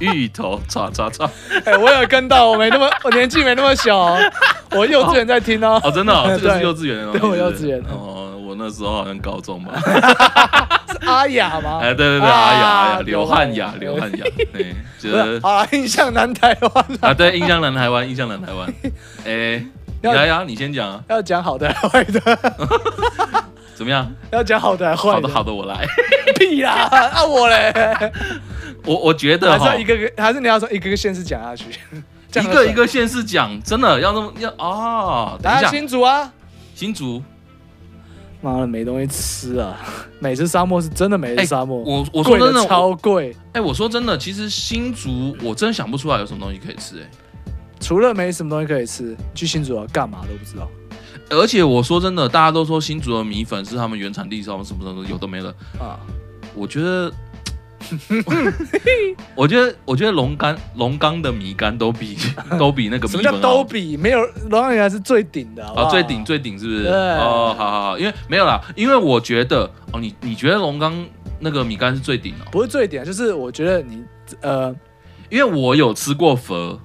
S1: 芋头，叉叉叉！
S2: 哎、我有跟到，我没那么我年纪没那么小哦、我幼稚园在听哦、
S1: 哦，真的、 哦，这个是
S2: 对
S1: 幼稚园的东西
S2: 对
S1: 是不
S2: 我
S1: 是
S2: 幼稚园
S1: 哦，我那时候好像高中 吧。
S2: 是阿雅吗？
S1: 哎，对对对，
S2: 啊
S1: 哎呀哎呀，
S2: 刘
S1: 刘
S2: 汉
S1: 汉雅，
S2: 雅
S1: 刘汉 雅，对，哎觉
S2: 不是
S1: 得
S2: 好啦，印象南台湾啦，
S1: 啊，对，印象南台湾，印象南台 湾。哎，
S2: 要
S1: 来呀，你先讲啊，
S2: 要讲好的还坏的，
S1: 怎么样？
S2: 要讲好的还坏
S1: 好的，好的，我来。
S2: 屁啦，啊我嘞，
S1: 我我觉得
S2: 还是
S1: 哈
S2: 要一，个个，还是你要哦说一个个县市讲下去，这
S1: 一
S2: 样
S1: 个一
S2: 合算，
S1: 个县市讲，真的要那么要哦。等一
S2: 来啊
S1: 下，
S2: 新竹啊，
S1: 新竹，
S2: 妈的，没东西吃啊！ 美食沙漠是真的美食沙漠，
S1: 哎我我说
S2: 贵
S1: 真的
S2: 的，
S1: 我
S2: 超贵。
S1: 哎，我说真的，其实新竹我真想不出来有什么东西可以吃，哎。
S2: 除了没什么东西可以吃，去新竹要干嘛都不知道。
S1: 而且我说真的，大家都说新竹的米粉是他们原产地，什么什么什么有的没的。
S2: 啊，
S1: 我觉得， 我觉得，我觉得龙岗龙岗的米干都 比都比那个
S2: 什
S1: 米
S2: 么叫
S1: 粉
S2: 兜
S1: 好。
S2: 比？没有罗汉原是最顶的好不好
S1: 啊，最顶最顶是不是？
S2: 对
S1: 哦，好好好，因为没有啦，因为我觉得哦，你你觉得龙岗那个米干是最顶哦，
S2: 不是最顶，啊就是我觉得你呃
S1: 因为我有吃过佛，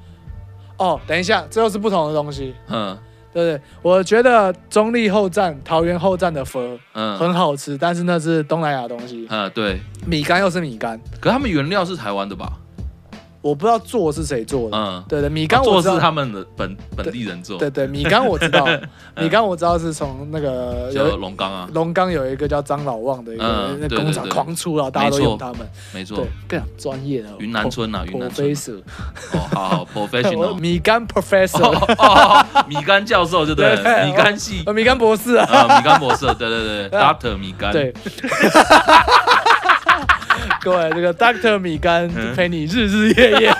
S2: 哦，等一下，这又是不同的东西，
S1: 嗯
S2: 对不对？我觉得中立后站、桃园后站的佛
S1: 嗯
S2: 很好吃，但是那是东南亚东西，
S1: 嗯，对，
S2: 米干又是米干，
S1: 可他们原料是台湾的吧？
S2: 我不知道做是谁做的，
S1: 嗯，
S2: 对对，米干
S1: 做
S2: 我知
S1: 是
S2: 道。
S1: 他们的本本地人做，嗯
S2: 对对，米干我知 道，米干我知道是从那个
S1: 叫
S2: 有
S1: 龙岗啊，
S2: 龙岗有一个叫张老旺的一个
S1: 嗯
S2: 那
S1: 对
S2: 工
S1: 对
S2: 厂
S1: 对
S2: 狂出了，大家都
S1: 没错
S2: 用他们。
S1: 没错
S2: 对，，更专业的
S1: 云南村啊，云南村啊，
S2: professor，
S1: 哦，好好
S2: 我
S1: ，professional，
S2: 米干
S1: 哦
S2: professor，
S1: 哦，哦米干教授就对
S2: 对对
S1: 了，米干系
S2: 呃米干博士啊，
S1: 啊，米干博士，对对对，Doctor 哦米干，
S2: 对。 各位，这个 Doctor 米干
S1: 嗯
S2: 陪你日日夜 夜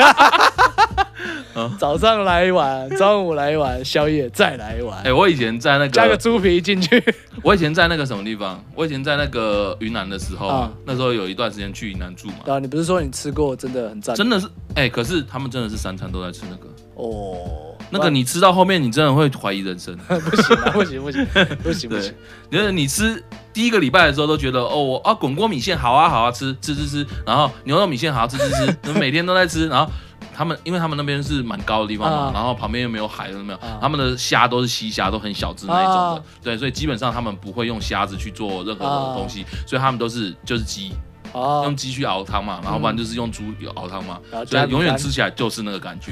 S1: 嗯，
S2: 早上来一碗，中午来一碗，宵夜再来一碗
S1: 哎，，我以前在那
S2: 加个
S1: 个，
S2: 猪皮进去。
S1: 我以前在那个什么地方？我以前在那个云南的时候啊
S2: 啊，
S1: 那时候有一段时间去云南住嘛，
S2: 然后你不是说你吃过真的很赞？
S1: 真的是，哎，可是他们真的是三餐都在吃那个，
S2: 哦，
S1: 那个你吃到后面，你真的会怀疑人生。
S2: 不行啊，不行 不行不行不
S1: 对
S2: 行，，
S1: 就是你吃第一个礼拜的时候都觉得哦，我啊滚锅米线好啊好啊吃吃吃吃，然后牛肉米线好啊吃吃吃， 你们每天都在吃，然后。他们因为他们那边是蛮高的地方嘛，
S2: 啊
S1: 然后旁边又没有海，有没有？
S2: 啊
S1: 他们的虾都是溪虾，都很小只那一种的，
S2: 啊
S1: 对，所以基本上他们不会用虾子去做任何
S2: 啊
S1: 的东西，所以他们都是就是鸡，
S2: 哦
S1: 用，鸡去熬汤嘛，然后不然就是用猪熬汤嘛，
S2: 嗯然后
S1: 所
S2: 加
S1: 以永远
S2: 米干
S1: 吃起来就是那个感觉。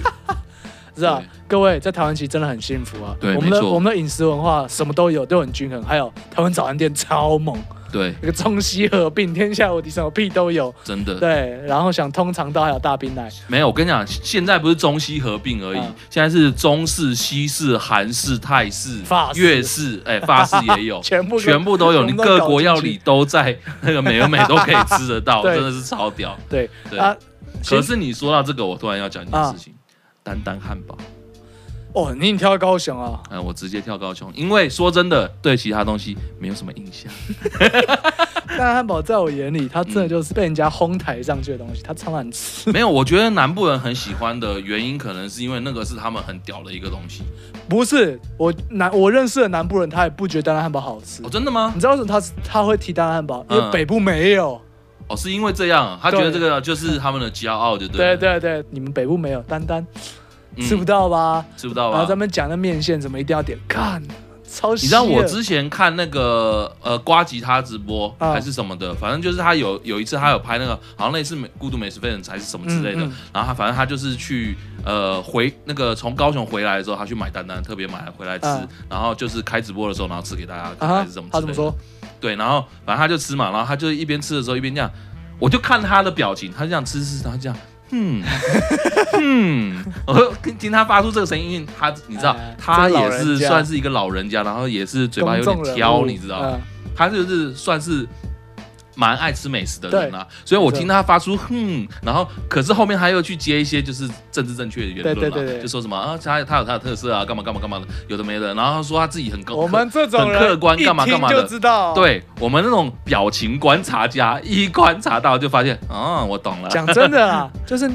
S2: 是啊
S1: 对，
S2: 各位在台湾其实真的很幸福啊。
S1: 对
S2: 我们的
S1: 没错
S2: 我们的饮食文化什么都有，都很均衡。还有台湾早餐店超猛，
S1: 对，
S2: 那个中西合并，天下无敌，什么屁都有。
S1: 真的。
S2: 对，然后想通肠道还有大冰奶，
S1: 没有，我跟你讲，现在不是中西合并而已，
S2: 嗯
S1: 现在是中式、西式、韩式、泰式、
S2: 法式，
S1: 粤式，哎、法式也有
S2: 全部都
S1: 全部都有，
S2: 全
S1: 你
S2: 部都搞
S1: 各国料理都在那个美而美都可以吃得 到，
S2: 对
S1: 真的是超屌。
S2: 对
S1: 对
S2: 啊，
S1: 可
S2: 其实
S1: 是你说到这个，我突然要讲一件事情，
S2: 啊
S1: 丹丹汉堡，
S2: 哦，你已经挑高雄 啊，
S1: 哎、我直接跳高雄，因为说真的，对其他东西没有什么印 象。
S2: 但汉堡在我眼里，它真
S1: 嗯
S2: 的就是被人家哄抬上去的东西，它超难吃。
S1: 没有，我觉得南部人很喜欢的原因，可能是因为那个是他们很屌的一个东西。
S2: 不是我南我认识的南部人，他也不觉得蛋蛋汉堡好吃
S1: 哦，。真的吗
S2: 你？知道为什么他他会提蛋蛋汉堡？因为
S1: 嗯
S2: 北部没有。
S1: 哦，是因为这样，他觉得这
S2: 对
S1: 个就是他们的骄傲，就对
S2: 对
S1: 了。
S2: 对对，你们北部没有丹丹，
S1: 嗯
S2: 吃不到吧？
S1: 吃不到
S2: 然后啊咱
S1: 吧？
S2: 们讲那面线怎么一定要点，看超
S1: 你
S2: 稀啊
S1: 知
S2: 了。
S1: 道我之前看那个呃瓜吉他直播
S2: 啊
S1: 还是什么的，反正就是他有有一次他有拍那个好像类似美《孤独美食废人》还是什么之类的，
S2: 嗯嗯
S1: 然后他反正他就是去呃回那个从高雄回来的时候，他去买单单特别买回来吃，
S2: 啊
S1: 然后就是开直播的时候，然后吃给大家看
S2: 啊
S1: 还是什么之类的。
S2: 他怎么说？
S1: 对，然后反正他就吃嘛，然后他就一边吃的时候一边这样，我就看他的表情，他就这样吃吃，然后这样，嗯嗯， 我就听听他发出这个声音，因为他你知道
S2: 哎，
S1: 他
S2: 这老
S1: 也
S2: 人
S1: 是
S2: 家
S1: 算是一个老人家，然后也是嘴巴有
S2: 公众
S1: 点
S2: 人
S1: 挑，
S2: 物
S1: 你知道，
S2: 嗯
S1: 他就是算是。蛮爱吃美食的人啦、所以我
S2: 没错
S1: 听他发出哼，然后可是后面他又去接一些就是政治正确的言论啦，
S2: 对对对对
S1: 就说什么啊，他他有他的特色啊，干嘛干嘛干嘛的，有的没的，然后他说他自己很高，
S2: 我们这种
S1: 很
S2: 人
S1: 客观干嘛
S2: 一听
S1: 干嘛
S2: 就
S1: 的
S2: 知道。，
S1: 对啊我们那种表情观察家，一观察到就发现，哦，我懂了。
S2: 讲真的啊， 就是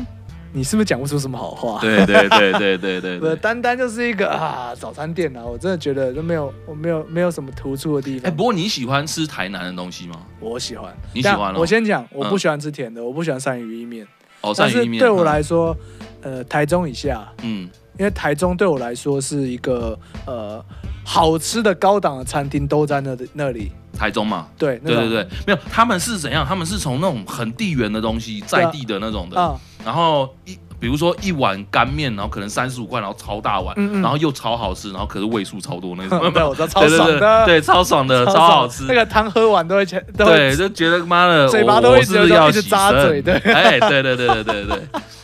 S2: 你是不是讲不出什么好话？
S1: 对对对对对对
S2: 我的
S1: 对。
S2: 单单就是一个啊早餐店啊，我真的觉得都没有，我没有没有什么突出的地
S1: 哎，
S2: 方。
S1: 不过你喜欢吃台南的东西吗？
S2: 我喜欢，
S1: 你喜欢
S2: 但
S1: 哦
S2: 我先讲，我不
S1: 嗯
S2: 喜欢吃甜的，我不喜欢鳝鱼意面。
S1: 哦，
S2: 但
S1: 鳝
S2: 是
S1: 鱼意面。
S2: 对我，来说，呃，台中以下，
S1: 嗯，
S2: 因为台中对我来说是一个呃好吃的高档的餐厅都在那那里，
S1: 台中嘛。
S2: 对，那
S1: 对
S2: 种
S1: 对对，没有，他们是怎样？他们是从那种很地缘的东西，在地的那种的，
S2: 啊，
S1: 然后一比如说一碗干面，然后可能三十五块，然后超大碗，
S2: 嗯嗯
S1: 然后又超好吃，然后可是味数超多那种，
S2: 对，我知道超
S1: 对对
S2: 爽
S1: 对
S2: 的，
S1: 对，超爽的，超
S2: 爽
S1: 好吃
S2: 那。个汤喝完都会全都会
S1: 对，就觉得妈的，
S2: 嘴巴
S1: 我
S2: 都会
S1: 我是不
S2: 觉
S1: 是
S2: 得
S1: 要
S2: 一直
S1: 洗
S2: 扎
S1: 身
S2: 嘴对
S1: 哎，对对对对对对。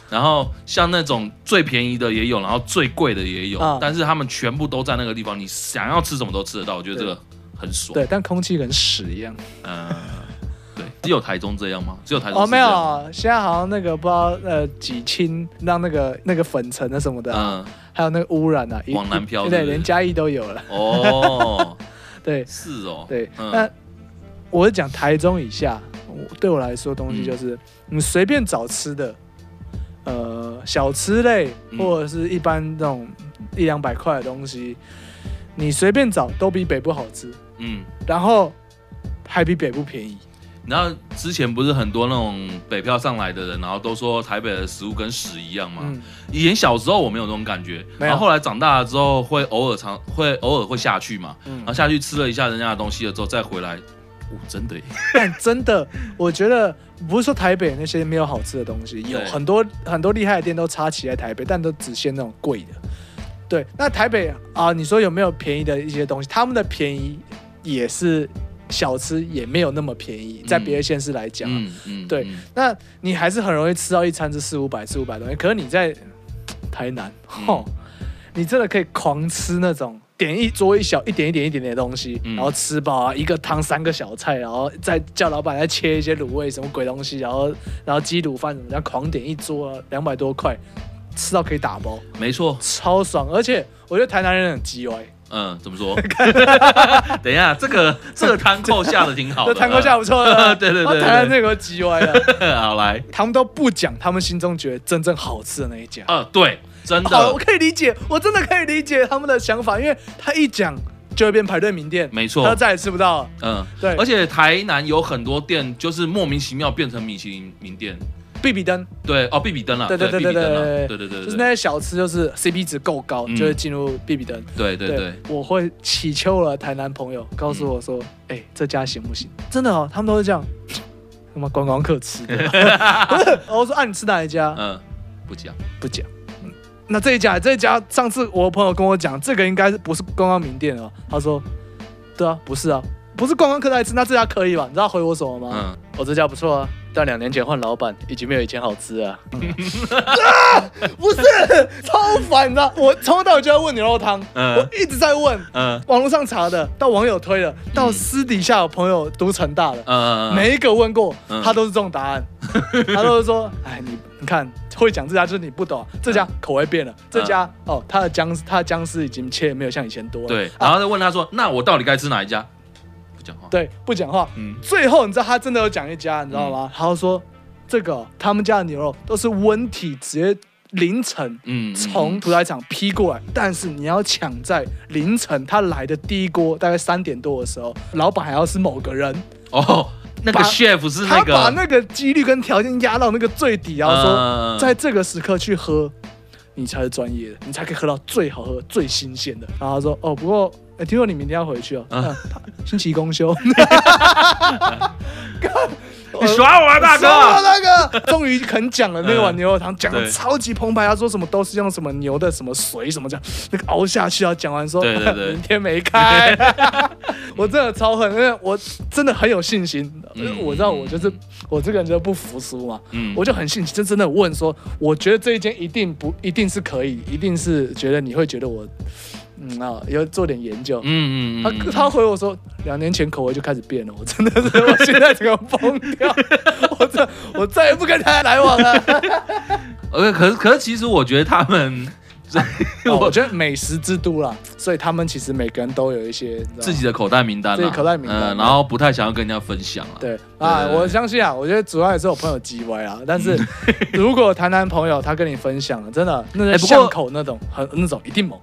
S1: 然后像那种最便宜的也有，然后最贵的也有，
S2: 嗯
S1: 但是他们全部都在那个地方，你想要吃什么都吃得到，我觉得这个很爽。
S2: 对，但空气跟屎一样。
S1: 嗯、对，只有台中这样吗？只有台中
S2: 哦，
S1: 是
S2: 没
S1: 这样吗。
S2: 有，现在好像那个不知道呃几氢让那个那个粉尘啊什么的啊，
S1: 嗯，
S2: 还有那个污染啊，一
S1: 往南飘
S2: 一
S1: 是不
S2: 对，
S1: 是
S2: 连嘉义都有了，
S1: 哦，
S2: 对
S1: 是哦，
S2: 对。
S1: 嗯
S2: 那我是讲台中以下，我对我来说东西
S1: 嗯
S2: 就是你随便找吃的，呃，小吃类
S1: 嗯
S2: 或者是一般那种一两百块的东西，你随便找都比北部好吃，
S1: 嗯，
S2: 然后还比北部便宜。
S1: 然后之前不是很多那种北漂上来的人，然后都说台北的食物跟屎一样嘛。
S2: 嗯，
S1: 以前小时候我没有这种感觉，
S2: 没有
S1: 然后后来长大了之后会偶尔尝，会偶尔会下去嘛，
S2: 嗯
S1: 然后下去吃了一下人家的东西了之后再回来，哦，真的耶，
S2: 但真的，我觉得不是说台北那些没有好吃的东西，有
S1: 对
S2: 很多很多厉害的店都插旗在台北，但都只限那种贵的。对，那台北啊，你说有没有便宜的一些东西？他们的便宜也是小吃，也没有那么便宜，在别的县市来讲啊、
S1: 嗯嗯，
S2: 对
S1: 嗯
S2: 那你还是很容易吃到一餐是四五百、四五百的东西。可是你在台南，
S1: 嗯
S2: 吼、你真的可以狂吃那种点一桌一小一点一点一点点的东西，
S1: 嗯
S2: 然后吃饱啊，一个汤三个小菜，然后再叫老板再切一些卤味什么鬼东西，然后然后鸡卤饭什么，然后狂点一桌啊两百多块，吃到可以打包，
S1: 没错，
S2: 超爽。而且我觉得台南人很鸡歪，
S1: 嗯，怎么 说？等一下，这个这个摊扣下的挺好
S2: 这
S1: 的，嗯
S2: 谈过下不错 的，
S1: 对对对
S2: 然后
S1: 对
S2: 台南这个鸡歪了，
S1: 好来，
S2: 他们都不讲他们心中觉得真正好吃的那一家。
S1: 啊，对，真
S2: 好，我
S1: 的，
S2: 可以理解，我真的可以理解他们的想法，因为他一讲就会变排队名店，
S1: 没
S2: 他
S1: 错，
S2: 再也吃不到了。
S1: 嗯，
S2: 对，
S1: 而且台南有很多店就是莫名其妙变成米其林名店，
S2: 必比登
S1: 对，哦，必比登啊，
S2: 对对
S1: 必比
S2: 对
S1: 登啊，
S2: 对
S1: 对对对对，
S2: 就是那些小吃，就是 CP 值够高，
S1: 嗯
S2: 就会进入必比登。
S1: 对对对，嗯
S2: 我会祈求了台南朋友告诉我说，哎、这家行不行？真的哦，他们都是这样，他妈观光客 吃的。 我说啊，你吃哪一家？
S1: 嗯，不讲，
S2: 不讲。嗯那这一家，这一家，上次我朋友跟我讲，这个应该是不是观光名店哦？他说，对啊，不是啊，不是观光客在吃，那这家可以吧？你知道回我什么吗？
S1: 嗯，
S2: 我、这家不错啊，但两年前换老板，已经没有以前好 吃啊。啊，不是，超烦的。我从头到尾就在问牛肉汤，
S1: 嗯
S2: 我一直在问，
S1: 嗯
S2: 网络上查的，到网友推的，到
S1: 嗯
S2: 私底下有朋友都成大的，
S1: 嗯，
S2: 每一个问过，
S1: 嗯
S2: 他都是这种答 案，他都是说，哎，你你看会讲这家就是你不懂，这
S1: 嗯
S2: 家口味变了，这家哦，他的姜他的姜丝已经切得没有像以前多了，
S1: 对，
S2: 啊
S1: 然后再问他说，那我到底该吃哪一家？不讲话，
S2: 对，不讲话。
S1: 嗯，
S2: 最后你知道他真的有讲一家，你知道吗？他就说这个哦他们家的牛肉都是温体直接凌晨。
S1: 嗯嗯，
S2: 从屠宰场批过来，但是你要抢在凌晨他来的第一锅，大概三点多的时候，老板还要是某个人，
S1: 哦，那个
S2: 把
S1: chef 是
S2: 他
S1: 那个，
S2: 把那个几率跟条件压到那个最底，然后说
S1: 嗯
S2: 在这个时刻去喝，你才是专业的，你才可以喝到最好喝、最新鲜的。然后他说：“哦，不过、欸、听说你明天要回去哦，
S1: 嗯
S2: 嗯他星期一公休。
S1: 你耍我啊，大
S2: 说
S1: 哥，
S2: 那个终于肯讲了那
S1: 嗯
S2: 碗牛肉汤，讲的
S1: 对
S2: 超级澎湃。他说什么都是用什么牛的什么水什么这样，那个熬下去啊。讲完说
S1: 对对对
S2: 明天没开， 我真的超狠，因为我真的很有信心。
S1: 嗯
S2: 我知道我就是
S1: 嗯
S2: 我这个人就不服输嘛，
S1: 嗯
S2: 我就很信心，真真的问说，我觉得这一间一定不一定是可以，一定是觉得你会觉得我，嗯啊，要做点研究。
S1: 嗯嗯，
S2: 他
S1: 嗯
S2: 他回我说，两年前口味就开始变了，我真的是，我现在整个疯掉，我这我再也不跟他来往了。
S1: 呃，可是可是，其实我觉得他 们，
S2: 哦我
S1: 我
S2: 觉得美食之都啦，所以他们其实每个人都有一些你知道吗
S1: 自己的口袋名单、啊，
S2: 自己口袋名单
S1: 嗯、然后不太想要跟人家分享了、
S2: 对啊，
S1: 对嗯
S2: 我相信啊，我觉得主要也是我朋友叽歪啊。但是如果台南朋友他跟你分享了，真的那
S1: 哎
S2: 些
S1: 不过
S2: 巷口那种很那种一定猛，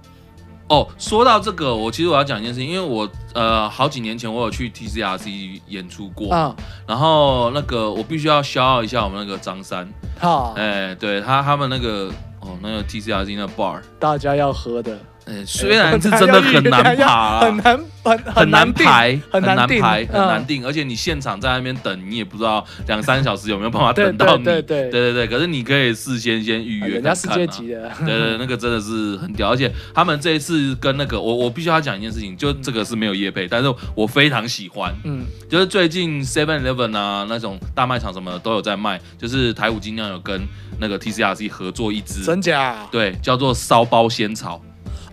S1: 哦，说到这个，我其实我要讲一件事情，因为我呃好几年前我有去 TCRC 演出过，
S2: 啊，
S1: 然后那个我必须要消耗一下我们那个张三，
S2: 好，
S1: 哎、对他他们那个哦那个 TCRC 那 bar，
S2: 大家要喝的。
S1: 哎、虽然是真的很
S2: 哎
S1: 难爬、啊，
S2: 很难很
S1: 很难
S2: 定
S1: 排，
S2: 很
S1: 难
S2: 定，
S1: 排，很难
S2: 嗯。
S1: 定，而且你现场在那边等，你也不知道两三小时有没有办法
S2: 对
S1: 等到你。
S2: 对对对
S1: 对对可是你可以事先先预约看看啊，
S2: 人家世界级的，
S1: 对。对对，那个真的是很屌，而且他们这一次跟那个我我必须要讲一件事情，就这个是没有业配，但是我非常喜欢，
S2: 嗯，
S1: 就是最近 Seven Eleven 啊那种大卖场什么的都有在卖，就是台虎精酿有跟那个 TCRC 合作一支，
S2: 真假？
S1: 对，叫做烧包仙草，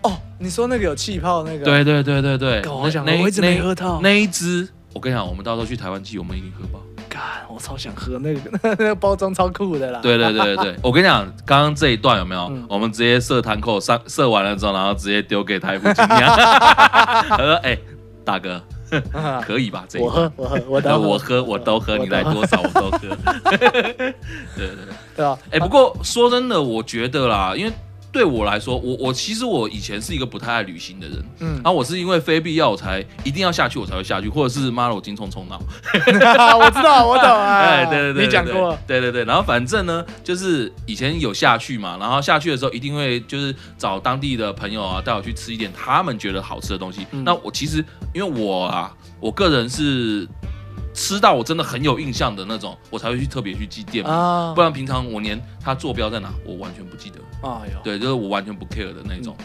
S2: 哦，你说那个有气泡那个，，
S1: 对对对对对，
S2: 干
S1: 那
S2: 我想
S1: 那
S2: 我一直没
S1: 那
S2: 喝到
S1: 那一支，我跟你讲，我们到时候去台湾记，我们一定喝爆。
S2: 干，我我超想喝那个那个包装超酷的啦。
S1: 对对对对对，我跟你讲，刚刚这一段有没有？
S2: 嗯
S1: 我们直接射弹扣，上射完了之后，然后直接丢给台服精 酿。他说：“哎、大哥，
S2: 啊，
S1: 可以吧？这一
S2: 我
S1: 段
S2: 喝我喝我
S1: 那
S2: 等
S1: 我喝我都喝，你来
S2: 喝
S1: 多少我都喝。对对对，
S2: 对吧？
S1: 哎、不过说真的，我觉得啦，因为对我来说，我我其实我以前是一个不太爱旅行的人，
S2: 嗯
S1: 然、，后我是因为非必要我才一定要下去，我才会下去，或者是妈的我精虫冲脑。
S2: 我知道我懂啊。
S1: 哎，对对对，
S2: 你讲
S1: 对
S2: 过。，
S1: 对对对。然后反正呢，就是以前有下去嘛，然后下去的时候一定会就是找当地的朋友啊，带我去吃一点他们觉得好吃的东西。
S2: 嗯
S1: 那我其实因为我啊，我个人是吃到我真的很有印象的那种，我才会去特别去记店名。
S2: 啊
S1: 不，然平常我连它坐标在哪，我完全不记得。
S2: 哎呦，
S1: 对，就是我完全不 care 的那种。
S2: 嗯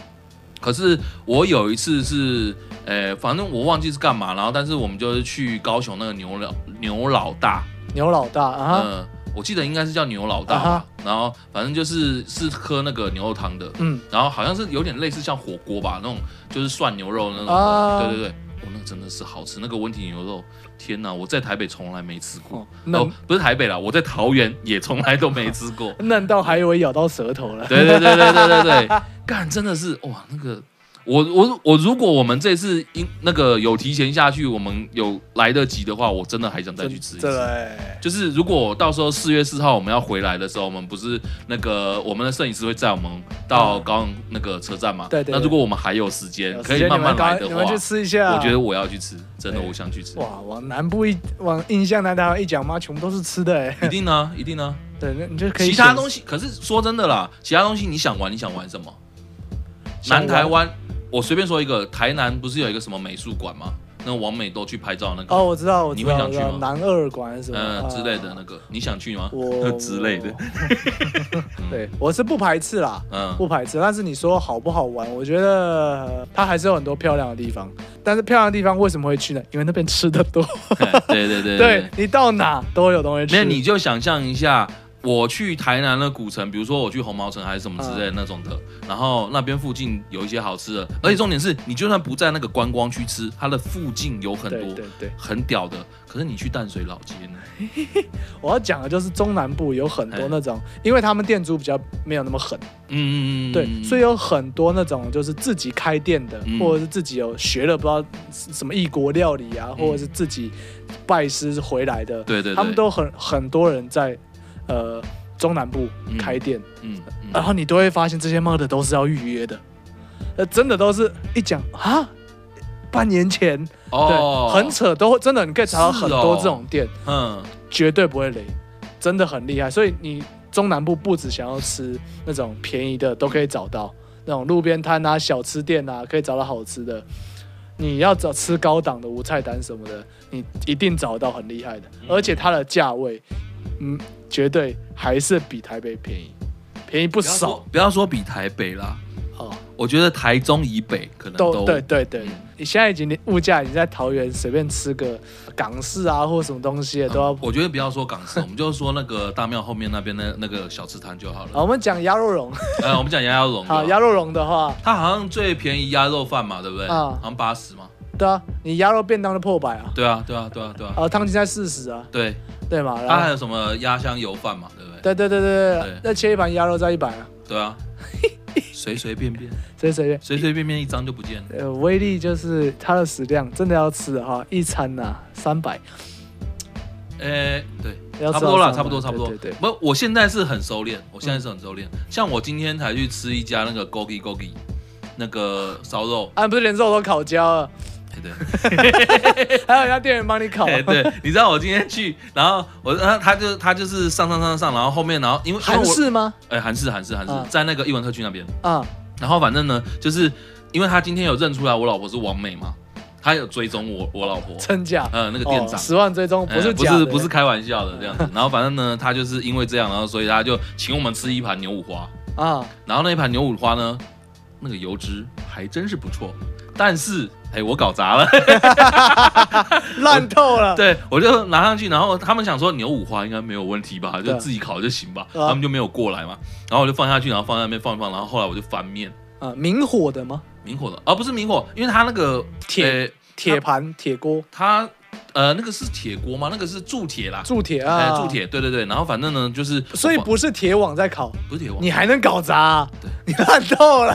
S1: 可是我有一次是，呃，反正我忘记是干嘛，然后但是我们就是去高雄那个牛老牛老大，
S2: 牛老大啊，
S1: 嗯，我记得应该是叫牛老大吧
S2: 啊
S1: 然后反正就是是喝那个牛肉汤的，
S2: 嗯，
S1: 然后好像是有点类似像火锅吧，那种就是涮牛肉那种，
S2: 啊
S1: 对对对，哦，那个真的是好吃，那个温体牛肉，天哪，我在台北从来没吃过，
S2: 哦
S1: 哦
S2: 嫩，，
S1: 不是台北啦，我在桃园也从来都没吃过
S2: 嗯嫩到还以为咬到舌头 了。
S1: 对对对对对对对，干真的是哇，那个我我我如果我们这次因那个有提前下去，我们有来得及的话，我真的还想再去吃一次。
S2: 对，
S1: 就是如果到时候四月四号我们要回来的时候，我们不是那个我们的摄影师会载我们到
S2: 嗯
S1: 高雄那个车站嘛？
S2: 对对对
S1: 那如果我们还有时间，
S2: 有时
S1: 可以
S2: 间
S1: 慢
S2: 你们
S1: 慢来
S2: 赶
S1: 的
S2: 你
S1: 话，
S2: 们去吃一下。
S1: 我觉得我要去吃，真的
S2: 对
S1: 我想去吃。
S2: 哇，往南部一往印象南台一讲嘛，全部都是吃的哎。
S1: 一定呢，一定啊呢。
S2: 对，那你就可以
S1: 嗯其他
S2: 选
S1: 东西，可是说真的啦，其他东西你想玩，你想玩什么？南
S2: 想玩
S1: 台湾，我随便说一个，台南不是有一个什么美术馆吗？那王美都去拍照那个，
S2: 哦，我知道，我知
S1: 你会想
S2: 道，我
S1: 去
S2: 知道
S1: 吗
S2: 南二馆还是什么
S1: 嗯、之类的。那
S2: 啊
S1: 个，你想去吗？
S2: 我
S1: 之类的，嗯，
S2: 对，我是不排斥啦，
S1: 嗯，
S2: 不排斥。但是你说好不好玩，我觉得呃它还是有很多漂亮的地方。但是漂亮的地方为什么会去呢？因为那边吃的多，
S1: 对对对
S2: 对你到哪都有东西吃。
S1: 那你就想象一下，我去台南的古城，比如说我去红毛城还是什么之类的那
S2: 啊
S1: 种的，然后那边附近有一些好吃的，而且重点是你就算不在那个观光区吃，它的附近有很
S2: 对
S1: 多
S2: 对对，
S1: 很屌的。可是你去淡水老街呢？
S2: 我要讲的就是中南部有很
S1: 哎
S2: 多那种，因为他们店主比较没有那么狠，
S1: 嗯，
S2: 对，所以有很多那种就是自己开店的，
S1: 嗯
S2: 或者是自己有学了不知道什么异国料理
S1: 嗯
S2: 啊，或者是自己拜师回来的，
S1: 对对对，
S2: 他们都很很多人在呃中南部
S1: 嗯
S2: 开店，
S1: 嗯嗯
S2: 然后你都会发现这些 mod 都是要预约的，呃，真的都是一讲啊。半年前，
S1: 哦，
S2: 对，很扯，都会真的，你可以查到很多这种店，
S1: 嗯
S2: 绝对不会雷，真的很厉害。所以你中南部不只想要吃那种便宜的，都可以找到那种路边摊啊、小吃店啊，可以找到好吃的。你要找吃高档的无菜单什么的，你一定找到很厉害的，而且它的价位，嗯，绝对还是比台北便宜，便宜
S1: 不
S2: 不少，
S1: 不要说比台北啦，
S2: 哦。
S1: 我觉得台中以北可能
S2: 都
S1: 都
S2: 对对对
S1: 嗯，
S2: 你现在已经连物价已经在桃园随便吃个港式啊或什么东西的都要
S1: 嗯。我觉得不要说港式，我们就说那个大庙后面那边的那个小吃摊就好了。
S2: 好，我们讲鸭肉蓉，
S1: 呃，我们讲鸭肉龙，
S2: 好，鸭肉蓉的话，
S1: 它好像最便宜鸭肉饭嘛，对不对？
S2: 啊
S1: 好像八十嘛。
S2: 对啊，你鸭肉便当就破百啊，
S1: 对啊，对啊，对啊，对啊。
S2: 啊，汤金菜四十啊，
S1: 对，
S2: 对嘛？
S1: 它还
S2: 然后
S1: 有什么鸭香油饭嘛，对不对？
S2: 对对对对
S1: 对
S2: 对，那切一盘鸭肉再一百啊，
S1: 对 啊，随随便便，
S2: 随随便。
S1: 随随便便一张就不见了。
S2: 呃，威力就是它的食量，真的要吃的话，一餐呐三百，
S1: 哎，对，
S2: 要吃
S1: 差不多啦，
S2: 到
S1: 差
S2: 上班
S1: 不多，差不多。
S2: 对对嗯对
S1: 不，我现在是很收敛，我现在是很收敛。像我今天才去吃一家那个 Gogi Gogi 那个烧肉，
S2: 啊，不是连肉都烤焦了，
S1: 哎对。
S2: 哦还有人家店员帮你烤，啊
S1: 哎、对，你知道我今天去，然后我，然后他就他就是上上上上，然后后面然后因为
S2: 韩，
S1: 因为
S2: 式吗？
S1: 我哎、韩式韩式韩式，
S2: 啊
S1: 在那个艺文特区那边，
S2: 啊，
S1: 然后反正呢，就是因为他今天有认出来我老婆是王美嘛，他有追踪我我老婆，
S2: 真假？
S1: 呃，那个店
S2: 哦，
S1: 长。
S2: 十万追踪不
S1: 呃
S2: 是
S1: 不
S2: 假
S1: 是
S2: 的，
S1: 不是开玩笑的这样子，然后反正呢，他就是因为这样，然后所以他就请我们吃一盘牛五花，
S2: 啊，
S1: 然后那一盘牛五花呢，那个油脂还真是不错，但是哎、我搞砸 了，
S2: 烂透了。
S1: 对，我就拿上去，然后他们想说牛五花应该没有问题吧，
S2: 对
S1: 就自己烤就行吧，
S2: 啊
S1: 他们就没有过来嘛。然后我就放下去，然后放在那边放一放，然后后来我就翻面，
S2: 啊，明火的吗？
S1: 明火的，啊不是明火，因为它那个
S2: 铁
S1: 呃
S2: 铁盘、铁锅
S1: 它呃，那个是铁锅吗？那个是铸铁啦，
S2: 铸铁
S1: 哎
S2: 啊，
S1: 铸。铁，对对对。然后反正呢，就是
S2: 所以
S1: 我
S2: 不是铁网在烤，
S1: 不是铁网
S2: 你，还能搞砸、啊 你烂透了。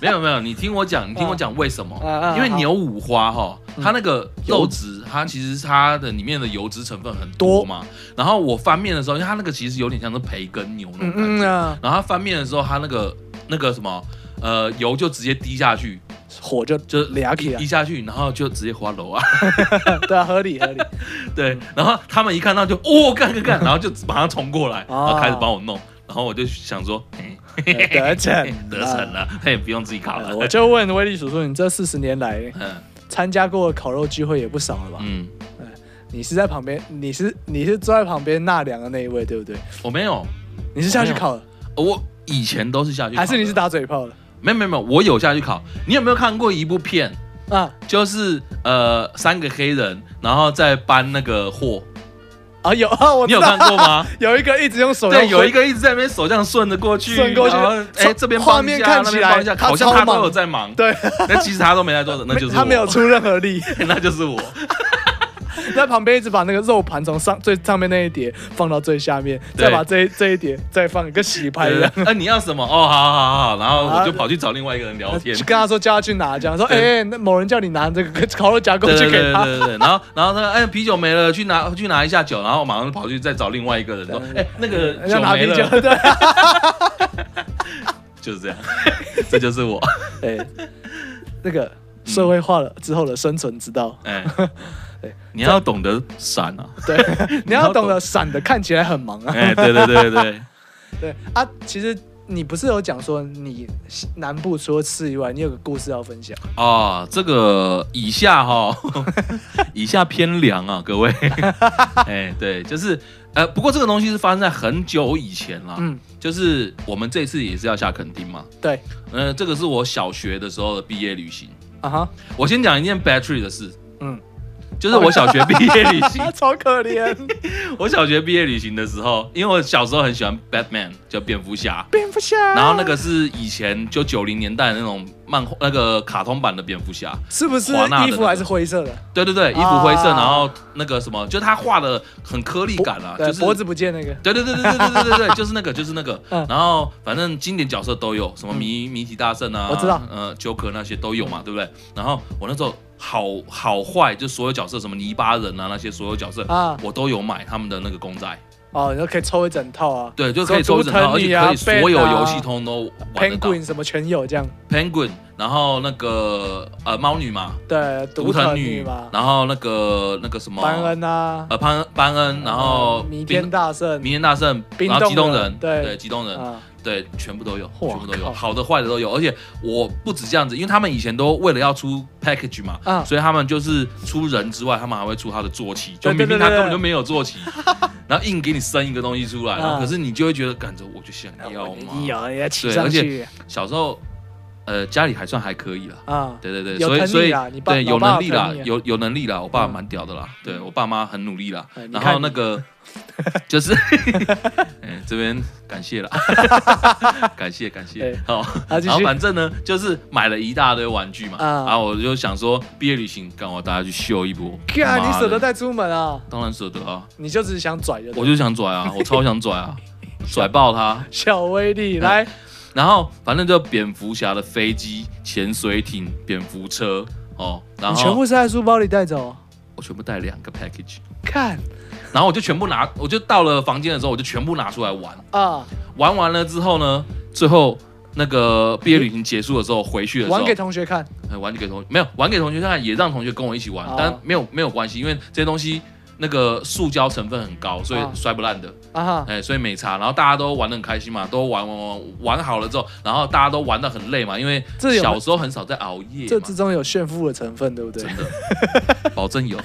S1: 没有没有，你听我
S2: 嗯
S1: 讲，你听我讲为什么
S2: 啊啊？
S1: 因为
S2: 好
S1: 牛五花哈，
S2: 嗯
S1: 它那个
S2: 油
S1: 肉质，它其实它的里面的油脂成分很
S2: 多
S1: 多嘛。然后我翻面的时候，因为它那个其实有点像是培根牛那
S2: 嗯
S1: 种感
S2: 嗯
S1: 觉。
S2: 啊，
S1: 然后它翻面的时候，它那个那个什么，呃，油就直接滴下去，
S2: 火就
S1: 就
S2: 俩起
S1: 滴
S2: 来，
S1: 下去，然后就直接滑楼 啊。
S2: 对啊，合理合理。
S1: 对，然后他们一看到就哦干干干，然后就马上冲过来，然
S2: 啊
S1: 后开始帮我弄。然后我就想说，哎
S2: 得逞，
S1: 得逞。了，他也不用自己烤
S2: 呃
S1: 了。
S2: 我就问威力叔叔，你这四十年来
S1: 嗯
S2: 参加过的烤肉聚会也不少了吧？
S1: 嗯，
S2: 你是在旁边，你是你是坐在旁边纳凉的那一位，对不对？
S1: 我没有，
S2: 你是下去烤的，
S1: 我以前都是下去烤的，
S2: 还是你是打嘴炮的？
S1: 没有没有没有，我有下去烤。你有没有看过一部片，
S2: 啊
S1: 就是呃三个黑人，然后在搬那个货，
S2: 啊有啊，我
S1: 你
S2: 知道
S1: 有看过 吗？
S2: 有一个一直用手
S1: 对，有
S2: 用
S1: 一
S2: 挥
S1: 个一直在那边手这样顺着过去，
S2: 顺过去
S1: 然后哎
S2: 从
S1: 这边
S2: 画
S1: 帮一
S2: 面
S1: 下，
S2: 看
S1: 那
S2: 起
S1: 边帮
S2: 来
S1: 一下，
S2: 他
S1: 好像
S2: 超
S1: 他都
S2: 忙
S1: 有在忙，
S2: 对，
S1: 但其实他都没在做的，那就是
S2: 他没有
S1: 我
S2: 出任何力，
S1: 那就是我。
S2: 在旁边一直把那个肉盘从上最上面那一碟放到最下面，
S1: 对
S2: 再把这一这一碟再放，跟洗牌一
S1: 对
S2: 样。
S1: 呃，你要什么？哦，好好好好，然后我
S2: 啊
S1: 就跑去找另外一个人聊天
S2: 去。跟他说叫他去拿，讲说哎、
S1: 对
S2: 哎那某人叫你拿这个烤肉夹过
S1: 对
S2: 去
S1: 对
S2: 给
S1: 对
S2: 他，
S1: 对对，然后然后他说，哎，啤酒没了，去拿去拿一下酒，然后马上跑去再找另外一个人说，哎，那个酒
S2: 要拿
S1: 没
S2: 啤酒，
S1: 了，
S2: 对，哎、
S1: 就是这样，这就是我，
S2: 那个啊社会化了之后的生存之道，
S1: 哎
S2: 对，
S1: 你要懂得闪啊，
S2: 对， 你要懂得闪的看起来很忙啊，
S1: 哎，对对对对，
S2: 对啊，其实你不是有讲说你南部除了吃以外，你有个故事要分享，啊
S1: 哦，这个以下哈、以下偏凉啊，各位，哎，对，就是呃，不过这个东西是发生在很久以前啦，
S2: 嗯，
S1: 就是我们这次也是要下垦丁嘛，
S2: 对，
S1: 呃，这个是我小学的时候的毕业旅行。
S2: 啊哈，
S1: 我先讲一件 battery 的事，
S2: 嗯，
S1: 就是我小 学毕业旅行
S2: 啊，，超 可怜，
S1: 我小学毕业旅行的时候，因为我小时候很喜欢 Batman，叫蝙蝠侠，
S2: 蝙蝠侠，
S1: 然后那个是以前就九零年代那种漫画那个卡通版的蝙蝠侠，
S2: 是不是
S1: 华纳的
S2: 衣
S1: 那
S2: 服
S1: 个
S2: 还是灰色的？
S1: 对对对，衣服灰色，
S2: 啊
S1: 然后那个什么，就他画的很颗粒感啊，
S2: 对，
S1: 就是
S2: 脖子不见那个，
S1: 对对对对对对对对 对，就是那个就是那个
S2: 嗯，
S1: 然后反正经典角色都有，什么谜谜题大圣啊，
S2: 我知道
S1: 呃，九可那些都有嘛，对不对？然后我那时候好好坏，就所有角色，什么泥巴人啊那些所有角色
S2: 啊
S1: 我都有买他们的那个公仔，
S2: 哦，你就可以抽一整套啊，
S1: 对，就可以抽整套，而且可
S2: 什么猪
S1: 以
S2: 藤椅啊
S1: 所有
S2: Ben 啊
S1: 游戏通都玩得到。
S2: ，penguin 什么全有这样，
S1: Penguin，然后那个呃猫女嘛，
S2: 对，
S1: 毒
S2: 独
S1: 藤
S2: 藤
S1: 女
S2: 嘛，，
S1: 然后那个那个什么
S2: 班恩啊，
S1: 呃潘班恩，然后
S2: 弥
S1: 冰
S2: 天大圣，
S1: 弥天大圣，
S2: 冰
S1: 然后
S2: 冻
S1: 激动
S2: 人
S1: 人，
S2: 对
S1: 对激动人，
S2: 啊，
S1: 对，全部都有，
S2: 哇
S1: 全部都有，
S2: 靠
S1: 好的坏的都有。而且我不止这样子，因为他们以前都为了要出 package 嘛，
S2: 嗯
S1: 所以他们就是除人之外，他们还会出他的坐骑，就
S2: 对对
S1: 明明
S2: 对
S1: 他
S2: 对
S1: 根本就没有坐 骑，然后硬给你生一个东西出来，
S2: 嗯
S1: 然后可是你就会觉得，感觉我就想要嘛。
S2: 有哎也骑
S1: 对
S2: 上
S1: 而且
S2: 去
S1: 小时候，呃，家里还算还可以啦。
S2: 啊，
S1: 对对对，
S2: 有
S1: 所以
S2: 疼
S1: 所
S2: 你
S1: 以
S2: 啦你爸
S1: 对
S2: 老
S1: 有
S2: 爸
S1: 能力
S2: 有疼
S1: 啦
S2: 你啊，
S1: 有有能力啦，我爸
S2: 嗯
S1: 蛮屌的啦，对我爸妈很努力啦
S2: 哎。你
S1: 然
S2: 看
S1: 后
S2: 你
S1: 那 个就是，哎，这边感谢 啦，感谢感谢
S2: 哎。
S1: 好，
S2: 啊，继
S1: 然后
S2: 续
S1: 反正呢，就是买了一大堆玩具嘛，
S2: 啊
S1: 然后我就想说毕业旅行，干我大家去秀一波。
S2: 看
S1: 妈
S2: 你
S1: 的
S2: 舍得？带出门啊？
S1: 当然舍得啊，
S2: 你就只是想拽就对
S1: 我
S2: 了。
S1: 就想拽 啊，我超想拽啊，拽爆他。
S2: 小威力来，
S1: 然后反正就蝙蝠侠的飞机、潜水艇、蝙蝠车哦，然
S2: 你
S1: 后
S2: 全部是在书包里带走。
S1: 我全部带两个 package，
S2: 看
S1: 然后我就全部拿，我就到了房间的时候，我就全部拿出来玩。
S2: 啊，
S1: 玩完了之后呢，最后那个毕业旅行结束的时候，回去的时候
S2: 玩给同学看。
S1: 哎玩给同没有玩给同学看，也让同学跟我一起玩，
S2: 哦
S1: 但没有没有关系，因为这些东西那个塑胶成分很高，所以
S2: 哦
S1: 摔不烂的，
S2: 啊哈，
S1: 哎，所以没差。然后大家都玩的很开心嘛，都玩玩玩玩好了之后，然后大家都玩的很累嘛，因为
S2: 这有
S1: 小时候很少在熬夜
S2: 这
S1: 嘛
S2: 之，中有炫富的成分，对不对？
S1: 真的，保证有。